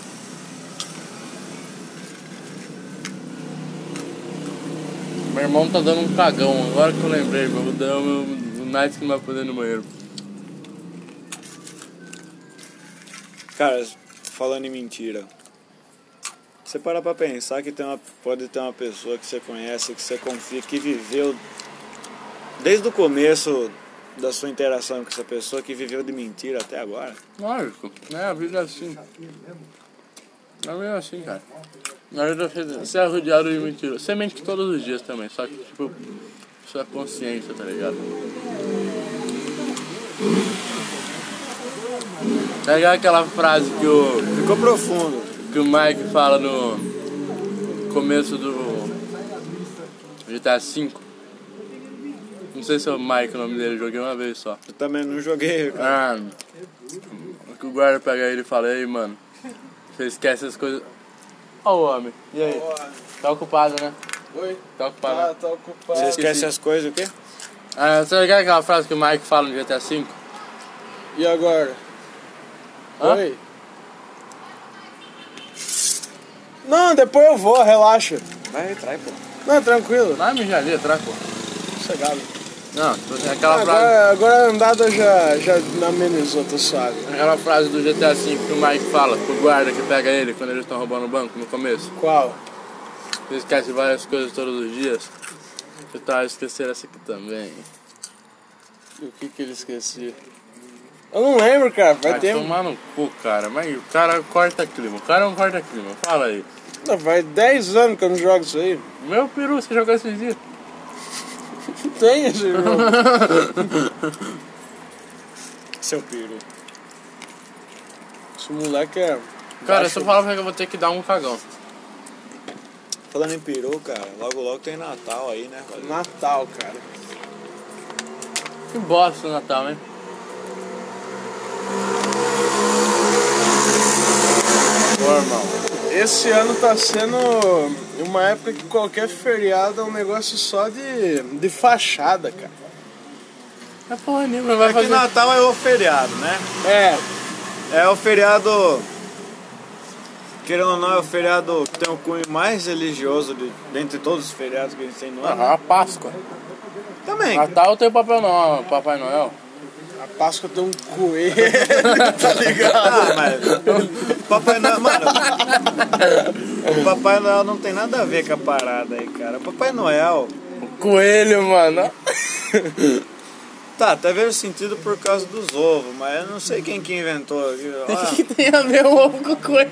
Speaker 4: Meu irmão tá dando um cagão, agora que eu lembrei, meu deu o Night um que não vai poder ir no banheiro.
Speaker 1: Cara, falando em mentira. Você para pra pensar que tem uma, pode ter uma pessoa que você conhece, que você confia, que viveu desde o começo da sua interação com essa pessoa, que viveu de mentira até agora.
Speaker 4: Lógico, né? A vida é assim. A vida é assim, cara. Na vida você- você é rodeado de mentira. Você mente todos os dias também, só que, tipo, sua consciência, tá ligado? Tá ligado aquela frase que o.
Speaker 1: Ficou profundo.
Speaker 4: que o Mike fala no começo do GTA V. Não sei se é o Mike o nome dele, eu joguei uma vez só.
Speaker 1: Eu também não joguei. cara.
Speaker 4: Ah, que o guarda pega ele e fala, ei mano, você esquece as coisas. Ó o homem, e aí? Tá ocupado, né?
Speaker 2: Oi.
Speaker 4: Tá ocupado. né?
Speaker 2: tá ocupado.
Speaker 1: Você esquece as coisas, o quê?
Speaker 4: Ah, você ligado aquela frase que o Mike fala no GTA V?
Speaker 2: E agora?
Speaker 4: Hã?
Speaker 2: Oi. Não, depois eu vou, relaxa.
Speaker 1: Vai, retrai, pô.
Speaker 2: Não, tranquilo.
Speaker 4: Não é mijaria, traco.
Speaker 2: Sossegado.
Speaker 4: Não, tipo assim, aquela frase.
Speaker 2: Agora, agora a andada já, já amenizou, tô suave.
Speaker 4: Aquela frase do GTA V que o Mike fala, pro guarda que pega ele quando eles estão roubando o banco no começo.
Speaker 2: Qual?
Speaker 4: Você esquece várias coisas todos os dias. Eu tava esquecendo essa aqui também.
Speaker 2: E O que que ele esquecia? Eu não lembro, cara. Vai um
Speaker 4: Vai
Speaker 2: tempo.
Speaker 4: tomar no cu, cara. Mas o cara corta clima. O cara é um corta clima. Fala aí.
Speaker 2: Não, vai 10 anos que eu não jogo isso aí.
Speaker 4: Meu peru, você jogou esses dias?
Speaker 2: Não tem esse jogo.
Speaker 1: Seu peru.
Speaker 2: Esse moleque é.
Speaker 4: Cara,
Speaker 2: Acho-
Speaker 4: se eu falar pra você que eu vou ter que dar um cagão.
Speaker 1: Falando em peru, cara, logo logo tem Natal aí, né?
Speaker 2: Natal, cara.
Speaker 4: Que bosta o Natal, hein? Pô, irmão.
Speaker 2: Esse ano tá sendo uma época que qualquer feriado é um negócio só de, de fachada, cara.
Speaker 4: É porra nenhuma, vai
Speaker 1: Aqui
Speaker 4: fazer...
Speaker 1: Natal é o feriado, né?
Speaker 2: É,
Speaker 1: É o feriado. Querendo ou não, é o feriado que tem o cunho mais religioso de, dentre todos os feriados que a gente tem no ano.
Speaker 4: Ah, a Páscoa.
Speaker 1: Também.
Speaker 2: Ah,
Speaker 4: Natal tem o Papai Noel, Papai Noel.
Speaker 2: a Páscoa tem um
Speaker 1: <laughs>
Speaker 2: coelho, tá ligado?
Speaker 1: Ah, mas. Papai Noel, mano. O Papai Noel não tem nada a ver com a parada aí, cara. O Papai Noel.
Speaker 4: Coelho,
Speaker 2: <laughs>
Speaker 4: mano.
Speaker 1: Tá, até veio sentido por causa dos ovos,
Speaker 2: <laughs>
Speaker 1: mas eu não sei quem que inventou. aqui.
Speaker 2: um
Speaker 4: que tem a ver o ovo com o coelho?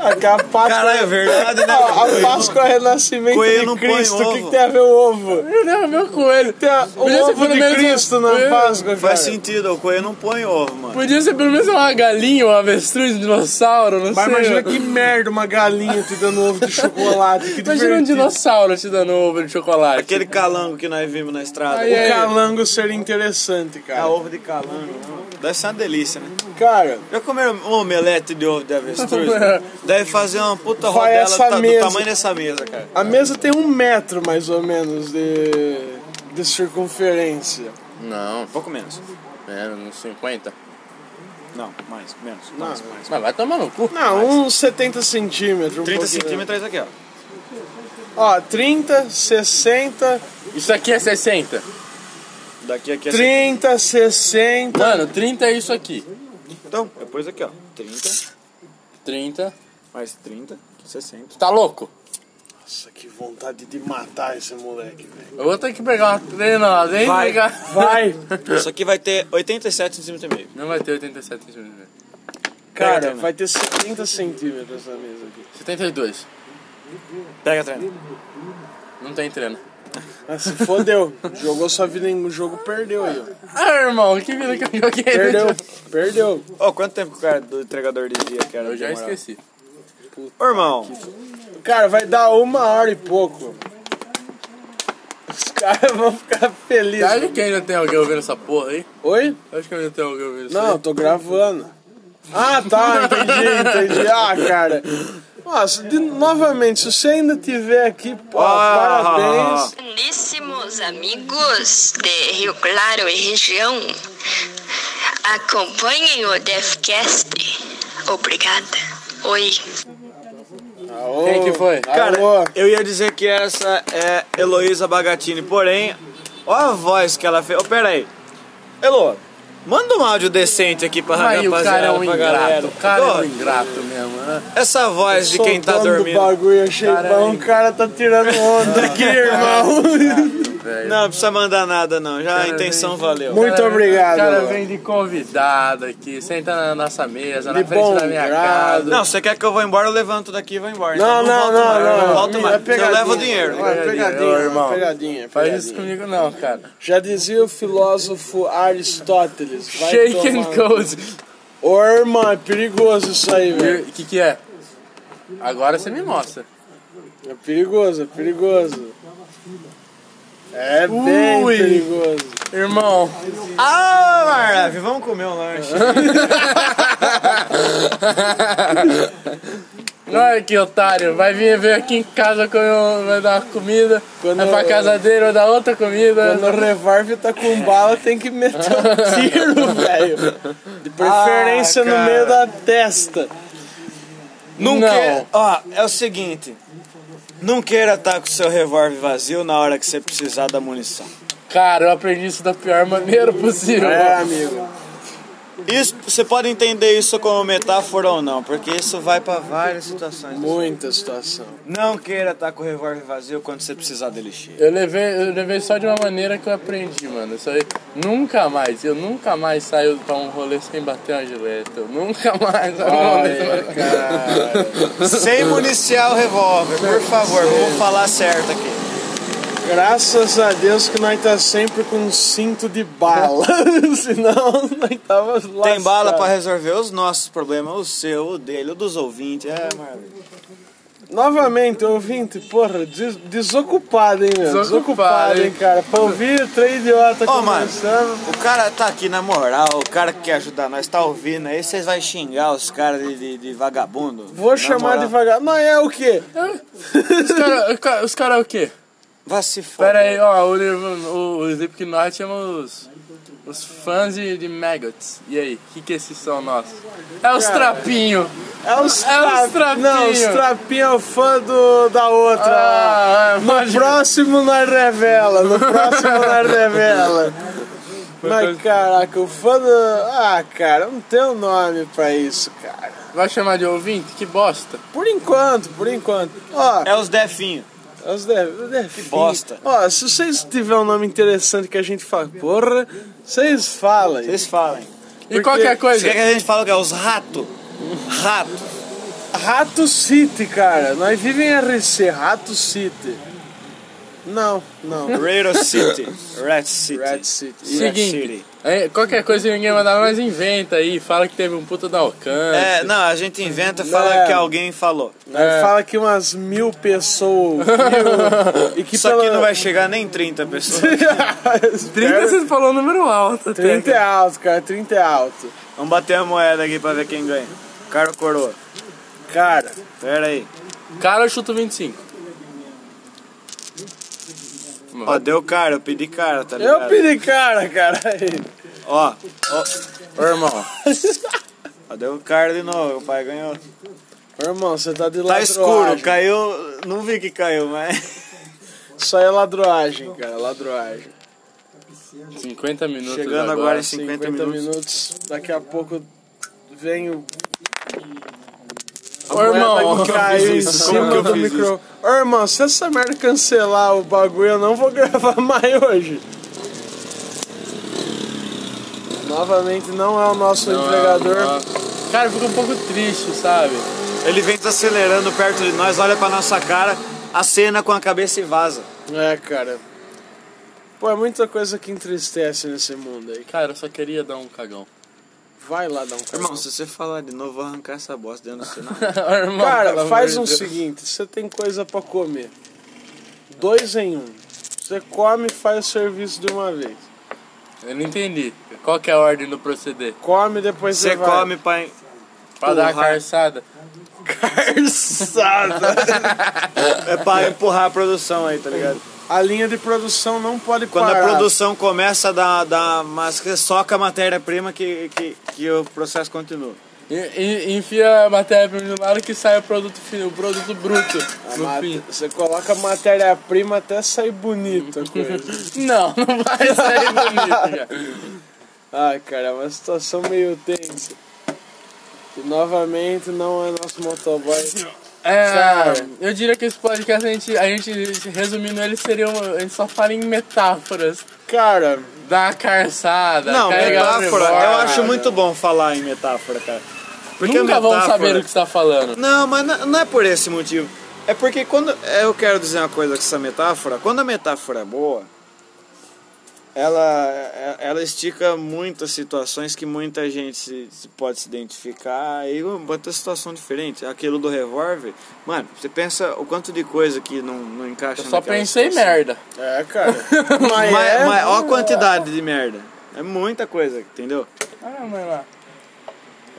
Speaker 2: Ah, que a Páscoa...
Speaker 1: Caralho, é verdade, né?
Speaker 2: Ah, a Páscoa é nascimento
Speaker 1: Coelho não
Speaker 2: de
Speaker 1: põe
Speaker 2: Cristo. O que,
Speaker 1: ovo.
Speaker 2: que tem a ver o ovo?
Speaker 4: Eu lembro meu um coelho.
Speaker 2: Tem a, o
Speaker 4: Podia ser
Speaker 2: ovo
Speaker 4: pelo
Speaker 2: de
Speaker 4: menos
Speaker 2: Cristo
Speaker 4: um-
Speaker 2: na
Speaker 4: Podia-
Speaker 2: Páscoa, cara.
Speaker 1: é Faz sentido, o coelho não põe ovo, mano.
Speaker 4: Podia ser pelo menos uma galinha, um avestruz, um dinossauro, não
Speaker 2: Mas
Speaker 4: sei. <laughs>
Speaker 2: imagina que merda uma galinha te dando ovo de chocolate. Que
Speaker 4: Imagina um
Speaker 2: divertido.
Speaker 4: dinossauro te dando ovo de chocolate.
Speaker 1: Aquele calango que nós vimos na estrada.
Speaker 4: Aí,
Speaker 2: O
Speaker 4: aí.
Speaker 2: calango seria interessante,
Speaker 1: É
Speaker 2: cara.
Speaker 1: ovo de calango. Deve ser uma delícia, né?
Speaker 2: Cara,
Speaker 1: Já comeram um omelete de ovo de
Speaker 2: <laughs>
Speaker 1: avestruz? Deve fazer uma puta
Speaker 2: É. Faz
Speaker 1: rodela
Speaker 2: essa
Speaker 1: tá- do
Speaker 2: mesa.
Speaker 1: tamanho dessa mesa, cara.
Speaker 2: a mesa tem um metro mais ou menos de, de circunferência.
Speaker 4: Não,
Speaker 1: Pouco menos.
Speaker 4: menos, uns 50.
Speaker 1: Não, mais, menos.
Speaker 2: Não,
Speaker 1: mais, mais.
Speaker 4: Mas vai tomar no cu.
Speaker 2: Não, uns 70 centímetros. Um
Speaker 1: 30
Speaker 2: pouquinho.
Speaker 1: centímetros é isso aqui, ó.
Speaker 2: Ó, 30, 60,
Speaker 4: Isso aqui é 60.
Speaker 1: Daqui aqui é
Speaker 2: 30, 60.
Speaker 4: Mano, 30 é isso aqui.
Speaker 1: Então, depois aqui, ó. 30,
Speaker 4: 30.
Speaker 1: mais 30, 60.
Speaker 4: Tá louco?
Speaker 2: Nossa, que vontade de matar esse moleque, velho.
Speaker 4: Eu vou ter que pegar uma treina lá dentro.
Speaker 1: Vai,
Speaker 4: pegar...
Speaker 2: Vai,
Speaker 1: Isso aqui vai ter 87 centímetros e meio.
Speaker 4: Não vai ter 87 centímetros.
Speaker 2: cara,
Speaker 1: Pega,
Speaker 2: vai ter 70 centímetros essa mesa aqui.
Speaker 4: 72.
Speaker 1: Pega a treina.
Speaker 4: Não tem treino.
Speaker 2: Ah, se fodeu. <laughs> Jogou sua vida em um jogo, perdeu aí, ó.
Speaker 4: Ah, irmão, que vida que eu joguei.
Speaker 2: Perdeu, perdeu.
Speaker 1: Ô, quanto tempo que o cara do entregador dizia que era
Speaker 4: Eu já
Speaker 1: demorado?
Speaker 4: esqueci.
Speaker 1: Ô, irmão,
Speaker 2: Cara, vai dar uma hora e pouco. Os caras vão ficar
Speaker 4: Você
Speaker 2: felizes.
Speaker 4: acha que ainda tem alguém ouvindo essa porra aí?
Speaker 2: Oi?
Speaker 4: Eu acho que ainda tem alguém ouvindo isso
Speaker 2: Não, eu
Speaker 4: aí.
Speaker 2: tô gravando. Ah, tá, entendi, entendi. Ah, cara. Nossa, de- novamente, se você ainda tiver aqui, pô,
Speaker 1: Ah.
Speaker 2: parabéns.
Speaker 7: Caríssimos amigos de Rio Claro e região, acompanhem o Defcast. Obrigada. Oi.
Speaker 2: Aô.
Speaker 4: Quem que foi?
Speaker 1: cara,
Speaker 2: Aô.
Speaker 1: eu ia dizer que essa é Heloísa Bagatini, porém, ó a voz que ela fez. Ô, pera aí. Elo, manda um áudio decente aqui pra
Speaker 4: Aí o
Speaker 1: rapaziada,
Speaker 4: cara é um
Speaker 1: pra
Speaker 4: ingrato.
Speaker 1: galera.
Speaker 4: O cara é
Speaker 1: Ô,
Speaker 4: um ingrato mesmo, né?
Speaker 1: Essa voz de
Speaker 2: Sou
Speaker 1: quem tá
Speaker 2: dono do
Speaker 1: dormindo.
Speaker 2: bagulho, achei
Speaker 4: Cara,
Speaker 2: bom,
Speaker 4: hein?
Speaker 2: o cara tá tirando onda aqui, irmão.
Speaker 4: Velho.
Speaker 1: Não, não precisa mandar nada, não. Já a
Speaker 4: Cara,
Speaker 1: intenção
Speaker 4: vem-
Speaker 1: valeu.
Speaker 2: Muito
Speaker 4: Cara,
Speaker 2: obrigado.
Speaker 4: O cara vem de convidado aqui, senta na nossa mesa, na
Speaker 2: De
Speaker 4: frente
Speaker 2: bom
Speaker 4: da minha
Speaker 2: grado.
Speaker 4: casa.
Speaker 1: Não, você quer que eu vá embora, eu levanto daqui e vou embora. Então
Speaker 2: Não, não,
Speaker 1: volto
Speaker 2: não,
Speaker 1: mais,
Speaker 2: não.
Speaker 1: Não volto
Speaker 2: É
Speaker 1: mais. Eu
Speaker 2: pegadinha.
Speaker 1: levo o dinheiro.
Speaker 2: Olha,
Speaker 4: Pegadinha,
Speaker 2: pegadinha,
Speaker 4: ô, irmão.
Speaker 2: pegadinha,
Speaker 4: Faz
Speaker 2: pegadinha.
Speaker 4: isso comigo não, cara.
Speaker 2: Já dizia o filósofo Aristóteles. Vai
Speaker 4: Shake and
Speaker 2: tomar-
Speaker 4: Cold.
Speaker 2: Ô, irmão, é perigoso isso aí, velho.
Speaker 4: O que que é? Agora você me mostra.
Speaker 2: É perigoso, é perigoso. É bem
Speaker 4: Ui.
Speaker 2: perigoso.
Speaker 4: Irmão,
Speaker 1: Ah, Marlaf, vamos comer um lanche.
Speaker 4: <laughs> olha que otário, vai vir ver aqui em casa comer um- vai dar uma comida,
Speaker 2: Quando-
Speaker 4: vai pra casa dele, vai dar outra comida.
Speaker 2: Quando o revólver tá com bala, tem
Speaker 1: <laughs>
Speaker 2: que meter um tiro, velho. De preferência
Speaker 1: Ah, cara.
Speaker 2: no meio da testa.
Speaker 1: Não,
Speaker 4: Não.
Speaker 1: queira- Ó, é o seguinte. Não queira estar com o seu revólver vazio na hora que você precisar da munição.
Speaker 4: Cara, eu aprendi isso da pior maneira possível.
Speaker 2: É, amigo.
Speaker 1: Isso, você pode entender isso como metáfora ou não, porque isso vai pra várias situações.
Speaker 2: Muita situação.
Speaker 1: Não queira estar com o revólver vazio quando você precisar dele cheio.
Speaker 4: Eu levei, eu levei só de uma maneira que eu aprendi, mano. Isso aí, nunca mais, eu nunca mais saio pra um rolê sem bater uma gileta. Eu nunca mais. um
Speaker 2: Olha, cara.
Speaker 1: Sem municiar o revólver, por favor, vamos falar certo aqui.
Speaker 2: Graças a Deus que nós tá sempre com um cinto de bala. <laughs> Senão nós tava lá.
Speaker 1: Tem bala pra resolver os nossos problemas, o seu, o dele, o dos ouvintes. É maravilhoso.
Speaker 2: Novamente, ouvinte, porra, des- desocupado, hein, meu?
Speaker 4: Desocupado,
Speaker 2: Desocupado, hein,
Speaker 4: hein?
Speaker 2: cara? Pra ouvir três idiotas
Speaker 1: Ô, mano.
Speaker 2: conversando.
Speaker 1: O cara tá aqui na moral, o cara que quer ajudar nós tá ouvindo aí, vocês vão xingar os caras de, de- de vagabundo.
Speaker 2: Vou
Speaker 1: Na
Speaker 2: chamar
Speaker 1: moral.
Speaker 2: devagar. Não é o quê?
Speaker 4: Os caras os cara, os cara é o quê?
Speaker 1: Vá se foder.
Speaker 4: Pera aí, ó, o, Nirv- o, o Slipknot chama os, os fãs de, de Maggots. E aí, o que, que esses são nossos? É os trapinhos.
Speaker 2: É os,
Speaker 4: É os
Speaker 2: tra- Não, os
Speaker 4: trapinhos.
Speaker 2: trapinhos é o fã do, da outra.
Speaker 4: Ah, é,
Speaker 2: no
Speaker 4: pode-
Speaker 2: próximo nós revela. No próximo nós revela. Mas caraca, o fã do. Ah, cara, não tem um nome pra isso, cara.
Speaker 4: Vai chamar de ouvinte? Que bosta.
Speaker 2: Por enquanto, por enquanto. Ó, é
Speaker 1: É os definhos.
Speaker 2: Os deve, deve que
Speaker 1: bosta.
Speaker 2: Ó, se vocês tiverem um nome interessante que a gente fala, porra, vocês falam.
Speaker 1: Vocês falem.
Speaker 4: E qualquer
Speaker 1: Você
Speaker 4: coisa.
Speaker 1: quer que a gente fale o que é? Os ratos? é? Rato.
Speaker 2: Rato City, cara. Nós vivemos em RC, Rato City. Não, não.
Speaker 1: Raider City. Rat City.
Speaker 2: Red City.
Speaker 1: Rat
Speaker 4: Seguinte.
Speaker 1: City.
Speaker 4: Aí, qualquer coisa que ninguém mandava, nós inventa aí. Fala que teve um puta da alcance.
Speaker 1: É, não, a gente inventa e fala
Speaker 2: É.
Speaker 1: que alguém falou.
Speaker 2: Nós Fala que umas mil
Speaker 1: <laughs>
Speaker 2: pessoas. viu, e que
Speaker 1: Só
Speaker 2: pela...
Speaker 1: que
Speaker 2: <laughs>
Speaker 1: não vai chegar nem 30 pessoas.
Speaker 4: 30 você falou um número alto. até.
Speaker 2: 30 é alto, cara. 30 é alto.
Speaker 1: Vamos bater a moeda aqui pra ver quem ganha. Cara ou coroa?
Speaker 2: Cara,
Speaker 1: Pera aí.
Speaker 4: Cara, eu chuto 25.
Speaker 1: Ó, deu cara, eu pedi cara, tá ligado?
Speaker 2: eu pedi cara, cara.
Speaker 1: Ó, ó,
Speaker 4: Ô, irmão.
Speaker 1: ó, deu um cara de novo, o pai ganhou.
Speaker 2: Tá Ô, irmão, você tá de
Speaker 1: Tá escuro,
Speaker 2: ladroagem.
Speaker 1: caiu. Não vi que caiu, mas.
Speaker 2: Isso aí é ladroagem, cara. Ladroagem.
Speaker 4: 50 minutos
Speaker 1: Chegando agora
Speaker 4: agora
Speaker 1: em 50, minutos.
Speaker 2: Daqui a pouco vem o tá
Speaker 4: Ô,
Speaker 2: é
Speaker 4: irmão.
Speaker 1: que eu
Speaker 2: caiu em
Speaker 1: fiz isso? Como
Speaker 2: cima
Speaker 1: que eu
Speaker 2: do
Speaker 1: fiz
Speaker 2: micro. Ô, irmão, se essa merda cancelar o bagulho, eu não vou <laughs> gravar mais hoje. Novamente, não é o nosso entregador.
Speaker 4: Cara, fica um pouco triste, sabe?
Speaker 1: Ele vem desacelerando perto de nós, olha pra nossa cara, acena com a cabeça e vaza.
Speaker 2: É, cara. Pô, é muita coisa que entristece nesse mundo aí.
Speaker 4: Cara, eu só queria dar um cagão. <laughs>
Speaker 2: Vai lá dar um cagão.
Speaker 1: Irmão, <laughs> se você falar de novo, eu vou arrancar essa bosta dentro do cenário.
Speaker 4: Ô, irmão, pelo
Speaker 2: Cara,
Speaker 4: amor
Speaker 2: faz
Speaker 4: de
Speaker 2: um
Speaker 4: Deus.
Speaker 2: seguinte, você tem coisa pra comer. Dois em um. Você come e faz o serviço de uma vez.
Speaker 4: Eu não entendi. Qual que é a ordem do proceder?
Speaker 2: Come depois você,
Speaker 1: Você
Speaker 2: vai.
Speaker 1: come, pai.
Speaker 4: Pra dar uma
Speaker 1: Porra.
Speaker 4: carçada.
Speaker 1: Cansada. é
Speaker 2: <laughs>
Speaker 1: pra empurrar a produção aí, tá ligado?
Speaker 2: A linha de produção não pode
Speaker 1: Quando
Speaker 2: parar.
Speaker 1: a produção começa a dar, dar mas que soca a matéria-prima que, que, que o processo continua.
Speaker 4: E- e- Enfia a matéria-prima de um lado que sai o produto fino, o produto bruto.
Speaker 2: A
Speaker 4: no
Speaker 2: mate-
Speaker 4: fim.
Speaker 2: Você coloca a matéria-prima até sair bonita
Speaker 1: <laughs>
Speaker 2: a coisa.
Speaker 4: Não, <laughs> não vai
Speaker 2: <laughs>
Speaker 4: sair bonito, cara.
Speaker 2: Ah, cara, é uma situação meio tensa. E novamente não é nosso motoboy.
Speaker 4: É,
Speaker 2: Sério.
Speaker 4: eu diria que esse podcast, a gente, a gente resumindo ele, seria uma, a gente só fala em metáforas.
Speaker 2: Cara,
Speaker 4: Dá uma carçada,
Speaker 1: Não,
Speaker 4: carregar o
Speaker 1: metáfora,
Speaker 4: revólver.
Speaker 1: eu acho muito bom falar em metáfora, cara. Porque
Speaker 4: Nunca vamos
Speaker 1: metáfora-
Speaker 4: saber o que você tá falando.
Speaker 1: Não, mas não, não é por esse motivo. É porque quando. é, Eu quero dizer uma coisa com essa metáfora. Quando a metáfora é boa, ela, é- ela estica muitas situações que muita gente se, se pode se identificar e muita situação diferente. Aquilo do revólver, mano, você pensa o quanto de coisa que não, não encaixa
Speaker 4: Eu só
Speaker 1: naquela
Speaker 4: pensei
Speaker 1: situação.
Speaker 4: merda.
Speaker 2: é,
Speaker 4: <laughs>
Speaker 2: cara.
Speaker 1: Mas,
Speaker 2: Mas é-
Speaker 1: mas olha a quantidade de merda. É muita coisa, entendeu?
Speaker 4: Ah, vai lá.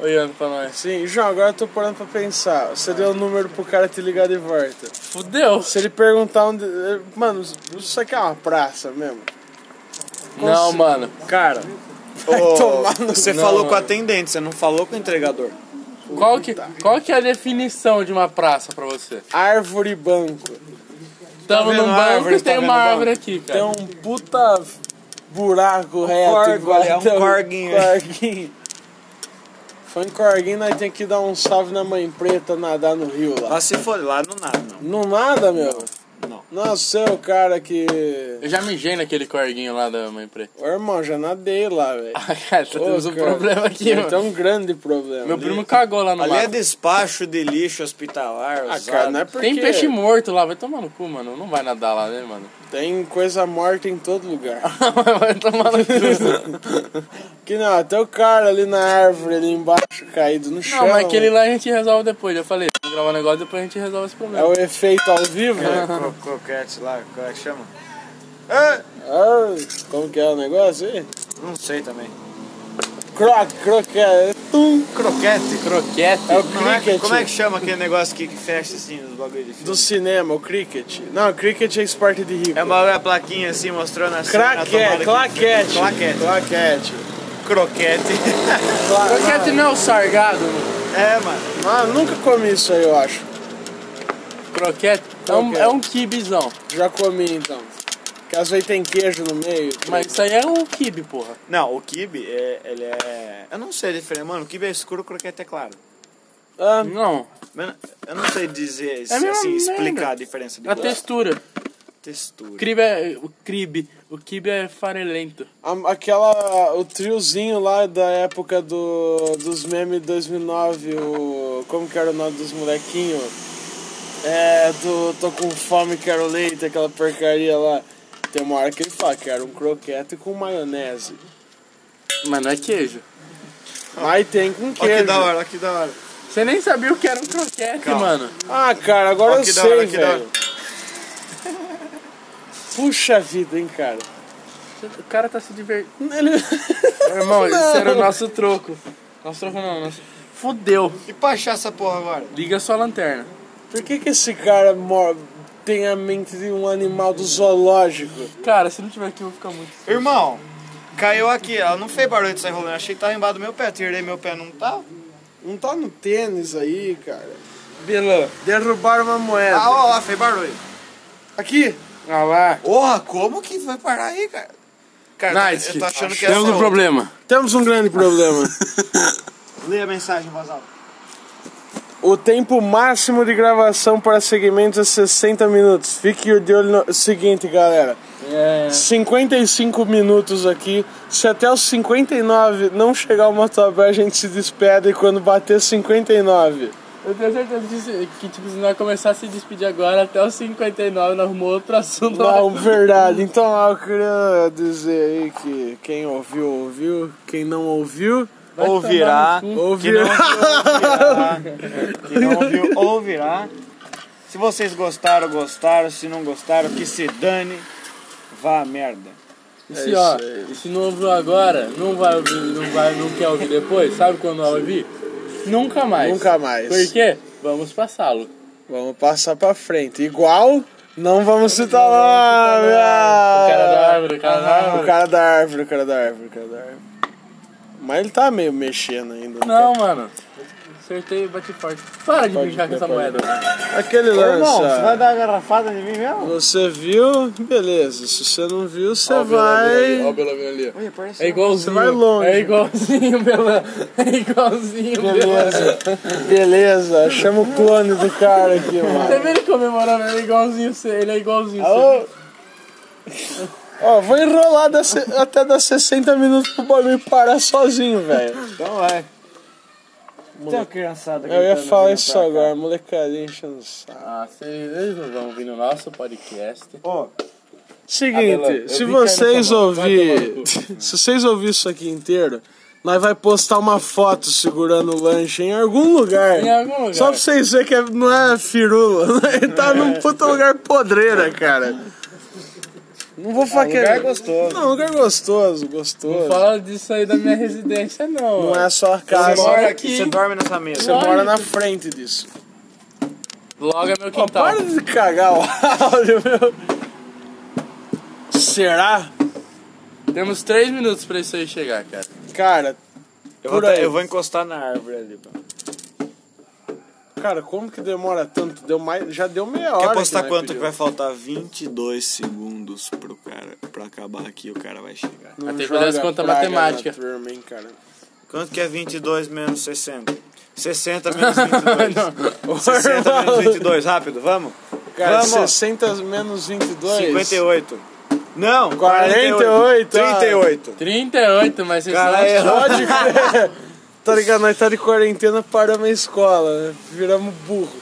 Speaker 4: Olhando pra nós.
Speaker 2: Sim, João, agora eu tô parando pra pensar. Você deu o número pro cara te ligar de volta.
Speaker 4: Fudeu.
Speaker 2: Se ele perguntar onde. Mano, isso aqui é uma praça mesmo.
Speaker 4: Não, mano.
Speaker 1: Cara,
Speaker 2: ô,
Speaker 1: você
Speaker 4: Não,
Speaker 1: falou com
Speaker 4: mano.
Speaker 1: a atendente, você não falou com o entregador.
Speaker 4: Qual que, qual que é a definição de uma praça pra você?
Speaker 2: Árvore e banco.
Speaker 4: Tamo
Speaker 1: vendo
Speaker 4: num
Speaker 1: a
Speaker 4: banco
Speaker 1: árvore?
Speaker 4: e
Speaker 1: Tá
Speaker 4: tem
Speaker 1: vendo Então-
Speaker 4: uma
Speaker 1: o banco?
Speaker 4: árvore aqui, cara.
Speaker 2: Tem um puta buraco reto.
Speaker 1: corgo,
Speaker 2: igual
Speaker 1: é um
Speaker 2: até o
Speaker 1: corguinho.
Speaker 2: corguinho. Foi em corguinho, nós tem que dar um salve na mãe preta nadar no rio Ah, lá.
Speaker 1: Lá se for, lá não nada, não.
Speaker 2: Não nada, meu?
Speaker 1: Não.
Speaker 2: Nossa, é o cara que.
Speaker 4: Eu já mijei naquele corguinho lá da mãe preta. <laughs>
Speaker 2: Ô, irmão, já nadei lá, velho.
Speaker 4: Ah, cara,
Speaker 2: Ô,
Speaker 4: temos um
Speaker 2: cara,
Speaker 4: problema aqui, mano.
Speaker 2: Tem
Speaker 1: Então-
Speaker 2: um grande problema.
Speaker 4: Meu primo cagou lá no
Speaker 1: Ali é
Speaker 4: mato.
Speaker 1: despacho de lixo hospitalar,
Speaker 2: Ah,
Speaker 1: usado.
Speaker 2: cara, não é porque
Speaker 4: Tem peixe morto lá, vai tomar no cu, mano. Não vai nadar lá, né, <laughs> mano?
Speaker 2: Tem coisa morta em todo lugar.
Speaker 4: <laughs> vai tomar no cu.
Speaker 2: Que não, até o cara ali na árvore, ali embaixo, caído no chão.
Speaker 4: Não, mas aquele lá a gente resolve depois. Já falei, vamos gravar um negócio depois a gente resolve esse
Speaker 2: É
Speaker 4: problema.
Speaker 2: o efeito ao vivo? né?
Speaker 1: É, co- Coquete lá, como é que chama?
Speaker 2: Ah, como que é o negócio aí?
Speaker 1: Não sei também.
Speaker 2: Croc, croquete. Tum.
Speaker 1: Croquete?
Speaker 4: Croquete.
Speaker 2: É o
Speaker 1: Como é, que-
Speaker 2: cricket
Speaker 1: como é que chama aquele negócio que, que fecha assim, os bagulho de filme?
Speaker 2: do cinema, o cricket. Não, cricket é esporte de rico.
Speaker 1: É uma uma plaquinha assim, mostrando assim.
Speaker 2: Craquete, claquete.
Speaker 1: Claquete.
Speaker 2: Claquete.
Speaker 1: Croquete. <laughs>
Speaker 4: Croquete não é o sargado, mano.
Speaker 1: é, mano.
Speaker 2: Ah, nunca comi isso aí, eu acho.
Speaker 4: Croquete é um,
Speaker 2: Croquete.
Speaker 4: é um quibizão.
Speaker 2: Já comi então. Que às vezes tem queijo no meio.
Speaker 4: Mas isso aí é um quibe, porra.
Speaker 1: Não, o kibe, é, ele é... Eu não sei a diferença. Mano, o kibe é escuro, o croquete é claro.
Speaker 2: Ah,
Speaker 4: Não.
Speaker 1: Mas Eu não sei dizer,
Speaker 4: É mesma
Speaker 1: assim, explicar
Speaker 4: merda.
Speaker 1: a diferença de
Speaker 4: A
Speaker 1: gosto.
Speaker 4: textura.
Speaker 1: Textura.
Speaker 4: Cribe é. O Cribe. O Cribe é farelento.
Speaker 2: A- Aquela. O triozinho lá da época do, dos memes 2009, o. Como que era o nome dos molequinhos? É, do Tô com fome, quero leite, aquela porcaria lá. Tem uma hora que ele fala que era um croquete com
Speaker 1: <laughs>
Speaker 2: maionese.
Speaker 4: Mas não é queijo.
Speaker 2: Mas tem com
Speaker 1: Olha que
Speaker 2: queijo.
Speaker 1: da hora, olha que da hora.
Speaker 4: Você nem sabia o que era um croquete,
Speaker 1: Calma.
Speaker 4: mano.
Speaker 2: Ah, cara, agora
Speaker 1: Ó,
Speaker 2: eu
Speaker 1: que da
Speaker 2: sei,
Speaker 1: hora, que da
Speaker 2: velho. Puxa vida, hein, cara.
Speaker 4: O cara tá se <laughs> divertindo.
Speaker 2: Ele... Não.
Speaker 4: Irmão, esse era o nosso troco. Nosso troco não, nosso... Fudeu.
Speaker 1: E pra achar essa porra agora?
Speaker 4: Liga a sua lanterna.
Speaker 2: Por que, que esse cara mor- tem a mente de um animal do zoológico?
Speaker 4: Cara, se não tiver aqui eu vou ficar muito.
Speaker 1: Irmão, caiu aqui, ela não fez barulho de sair rolando, achei que tava embaixo do meu pé, tirei meu pé, não tá?
Speaker 2: Não tá no tênis aí, cara.
Speaker 4: Belã.
Speaker 2: Derrubaram uma moeda.
Speaker 1: Ah, ó lá, fez barulho.
Speaker 2: Aqui!
Speaker 4: Ah lá.
Speaker 1: Porra, como que vai parar aí, cara? Cara,
Speaker 4: Nice.
Speaker 1: eu tô achando que
Speaker 4: Temos
Speaker 1: essa é
Speaker 4: um problema.
Speaker 2: Temos um grande <laughs> problema.
Speaker 1: Lê a mensagem, vazal.
Speaker 2: o tempo máximo de gravação para segmentos é 60 minutos. Fique de olho no seguinte, galera.
Speaker 4: É.
Speaker 2: 55 minutos aqui. Se até os 59 não chegar o motoboy, a gente se despede quando bater 59.
Speaker 4: Eu tenho certeza que, se- que tipo, se nós começar a se despedir agora, até os 59 nós arrumamos outro assunto.
Speaker 2: Não, verdade. Então, ó, eu queria dizer aí que quem ouviu, ouviu. Quem não ouviu,
Speaker 4: Vai tomar
Speaker 1: Ouvirá.
Speaker 4: no cu.
Speaker 2: ouviu.
Speaker 1: Que não ouviu, ouvirá. Se vocês gostaram, gostaram. Se não gostaram, que se dane. Vá a merda.
Speaker 4: E se, ó, e se não ouviu agora, não vai ouvir, não vai, não quer ouvir depois, sabe quando vai ouvir? Nunca mais.
Speaker 2: Nunca mais.
Speaker 4: Por quê? Vamos passá-lo.
Speaker 2: Vamos passar pra frente. Igual, não vamos citar nome.
Speaker 4: O cara da
Speaker 2: ah.
Speaker 4: árvore, o cara da
Speaker 2: O
Speaker 4: árvore.
Speaker 2: cara da árvore, o cara da árvore, o cara da árvore. Mas ele tá meio mexendo ainda.
Speaker 4: Não, mano. Acertei e bati forte. Para de
Speaker 2: Pode
Speaker 4: brincar com
Speaker 2: crer,
Speaker 4: essa
Speaker 2: pode
Speaker 4: moeda.
Speaker 2: Aquele lance.
Speaker 1: Irmão,
Speaker 2: ó.
Speaker 1: você vai dar a garrafada de mim mesmo?
Speaker 2: Você viu? Beleza. Se você não viu, você
Speaker 4: Ó o Belão ali, ó o
Speaker 2: vai.
Speaker 4: Belão ali.
Speaker 1: Ih, apareceu.
Speaker 4: É igualzinho.
Speaker 2: vai longe.
Speaker 4: É igualzinho, Belan. É igualzinho, Belan.
Speaker 2: Beleza. Beleza. Chama o clone do cara aqui,
Speaker 4: Você
Speaker 2: mano.
Speaker 4: vê ele comemorando, ele é igualzinho você, ele é igualzinho você.
Speaker 2: Alô? Ó, vou enrolar da se- até dar 60 minutos pro bagulho parar sozinho, velho.
Speaker 1: Então vai. Tem uma criançada
Speaker 2: Eu ia
Speaker 1: gritando
Speaker 2: falar
Speaker 1: vindo
Speaker 2: isso
Speaker 1: pra cá.
Speaker 2: agora, molecadinha enchendo o saco.
Speaker 4: Ah, vocês eles não vão vir no nosso podcast.
Speaker 1: Ô,
Speaker 2: Seguinte,
Speaker 4: Adelante, eu
Speaker 2: se
Speaker 4: vi cair na
Speaker 2: vocês
Speaker 4: sua mão. Vai
Speaker 2: ouvir,
Speaker 4: tomar no
Speaker 2: <laughs> se vocês ouvir isso aqui inteiro, nós vai postar uma foto segurando o lanche em algum lugar.
Speaker 4: Em algum lugar.
Speaker 2: Só pra vocês verem que é- não é firula, <laughs> ele
Speaker 4: É.
Speaker 2: tá num puta lugar podreira, cara. Não vou é- faquear.
Speaker 1: lugar gostoso.
Speaker 2: Não, lugar gostoso, gostoso.
Speaker 4: Ah, Não fala disso aí da minha residência, não.
Speaker 2: Não
Speaker 4: ó.
Speaker 2: é só a
Speaker 1: você
Speaker 2: casa.
Speaker 1: mora
Speaker 4: mora
Speaker 1: aqui,
Speaker 4: aqui.
Speaker 1: você dorme nessa mesa.
Speaker 2: Você mora na frente disso.
Speaker 4: Logo é meu
Speaker 2: Ó,
Speaker 1: Então.
Speaker 4: quintal.
Speaker 2: para de cagar o áudio, meu. Será?
Speaker 4: Temos três minutos pra isso aí chegar, cara.
Speaker 2: Cara,
Speaker 1: Eu vou,
Speaker 2: Por aí.
Speaker 1: tá- eu vou encostar na árvore ali. pô.
Speaker 2: Cara, como que demora tanto? Deu mais, já deu meia hora.
Speaker 1: Quer apostar
Speaker 2: nós
Speaker 1: quanto que é
Speaker 2: pediu.
Speaker 1: vai faltar? 22 segundos pro cara, pra acabar aqui o cara vai chegar.
Speaker 2: Não
Speaker 4: Mas tem que
Speaker 2: joga
Speaker 4: fazer as contas
Speaker 2: praga
Speaker 4: matemáticas.
Speaker 2: na turma, hein, cara.
Speaker 1: Quanto que é 22 menos 60? 60
Speaker 2: <laughs>
Speaker 1: menos 22.
Speaker 4: <laughs>
Speaker 2: Ô,
Speaker 1: 60
Speaker 2: irmão,
Speaker 1: menos 22, rápido, vamos.
Speaker 2: Cara,
Speaker 1: vamos.
Speaker 2: 60 menos 22.
Speaker 1: 58. Não,
Speaker 2: 48.
Speaker 1: 38.
Speaker 4: 38, mas vocês
Speaker 1: Cara,
Speaker 4: são-
Speaker 1: errou.
Speaker 2: Pode
Speaker 1: <laughs>
Speaker 2: crer. tá ligado? Nós tá de quarentena, paramos a escola, né? Viramos burro.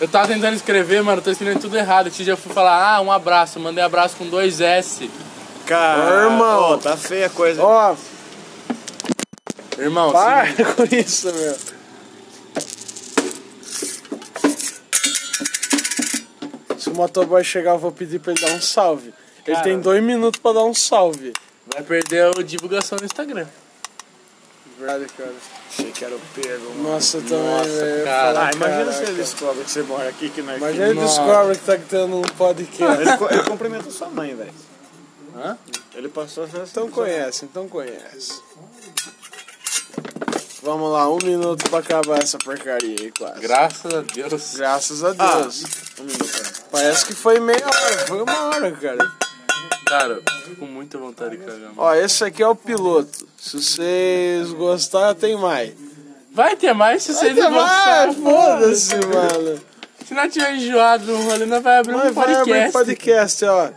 Speaker 4: Eu tava tentando escrever, mano, tô escrevendo tudo errado. Esse dia eu fui falar, ah, um abraço. Eu mandei abraço com dois S.
Speaker 1: Cara,
Speaker 2: Ô, irmão.
Speaker 1: ó, tá feia a coisa.
Speaker 2: Ó,
Speaker 4: Irmão,
Speaker 2: para <laughs> com isso, meu. Se o motoboy chegar, eu vou pedir pra ele dar um salve. Ele
Speaker 1: Cara.
Speaker 2: tem dois minutos pra dar um salve.
Speaker 4: você vai perder a divulgação no Instagram.
Speaker 2: Verdade, cara.
Speaker 1: Achei que era o pego, mano.
Speaker 2: Nossa, eu também,
Speaker 4: Nossa,
Speaker 2: velho.
Speaker 4: cara.
Speaker 2: Falar,
Speaker 1: Ah, imagina se
Speaker 2: caraca.
Speaker 1: ele descobre que você mora aqui, que não é
Speaker 2: Imagina ele
Speaker 1: aqui.
Speaker 2: descobre que tá tendo um podcast.
Speaker 1: Ele, co- ele cumprimenta sua mãe, velho.
Speaker 4: Hã?
Speaker 1: Ele passou...
Speaker 2: Então conhece, então conhece. Vamos lá, um minuto pra acabar essa porcaria aí, quase.
Speaker 4: Graças a Deus.
Speaker 2: Graças a Deus. Um Parece que foi meia hora, foi uma hora, cara.
Speaker 4: Cara, eu fico com muita vontade de cagar. mano.
Speaker 2: Ó, esse aqui é o piloto. Se vocês gostaram, tem mais.
Speaker 4: Vai ter mais se vocês
Speaker 2: Tem
Speaker 4: não
Speaker 2: mais,
Speaker 4: gostarem.
Speaker 2: foda-se, mano.
Speaker 4: Se nós tiver enjoado no rolê, nós vai abrir um
Speaker 2: Mas vai abrir
Speaker 4: podcast.
Speaker 2: podcast, ó.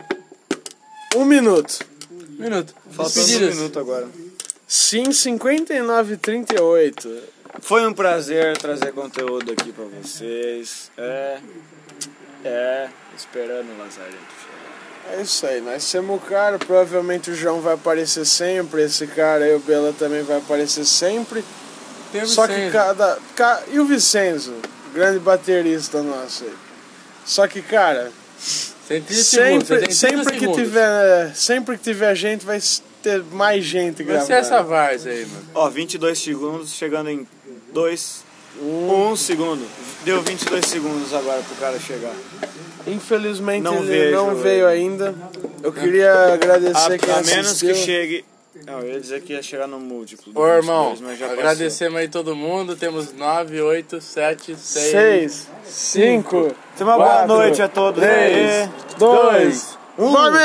Speaker 2: Um minuto.
Speaker 4: Minuto.
Speaker 1: Faltando um
Speaker 4: Despedidas.
Speaker 1: minuto agora.
Speaker 2: Sim, 59,38.
Speaker 1: Foi um prazer trazer conteúdo aqui pra vocês. É. É. Esperando o Lazarento chegar.
Speaker 2: É isso aí, nós temos o cara, provavelmente o João vai aparecer sempre, esse cara aí, o Bela também vai aparecer sempre.
Speaker 4: Temos
Speaker 2: Só que
Speaker 4: seis.
Speaker 2: cada. ca- E o Vicenzo, grande baterista nosso aí. Só que, cara,
Speaker 4: 130 segundos, você
Speaker 2: sempre,
Speaker 4: tem 30
Speaker 2: sempre, que
Speaker 4: segundos.
Speaker 2: tiver, é, sempre que tiver gente, vai ter mais gente
Speaker 4: Vai
Speaker 2: gravando.
Speaker 4: ser essa várzea aí, mano.
Speaker 1: Ó, 22 segundos, chegando em 2. 1 um segundo. Deu 22 segundos agora pro cara chegar.
Speaker 2: Infelizmente
Speaker 1: Não
Speaker 2: ele
Speaker 1: vejo,
Speaker 2: não
Speaker 1: velho.
Speaker 2: veio ainda. Eu queria
Speaker 1: A,
Speaker 2: agradecer quem
Speaker 1: a menos
Speaker 2: assistiu.
Speaker 1: que chegue. Não, eu ia dizer que ia chegar no múltiplo. do
Speaker 4: Ô, irmão,
Speaker 1: 22, mas já passou.
Speaker 4: agradecemos aí todo mundo. Temos 9, 8, 7, 6,
Speaker 2: 6, 5,
Speaker 1: Tenha uma boa noite a todos. aí.
Speaker 2: 2, 1.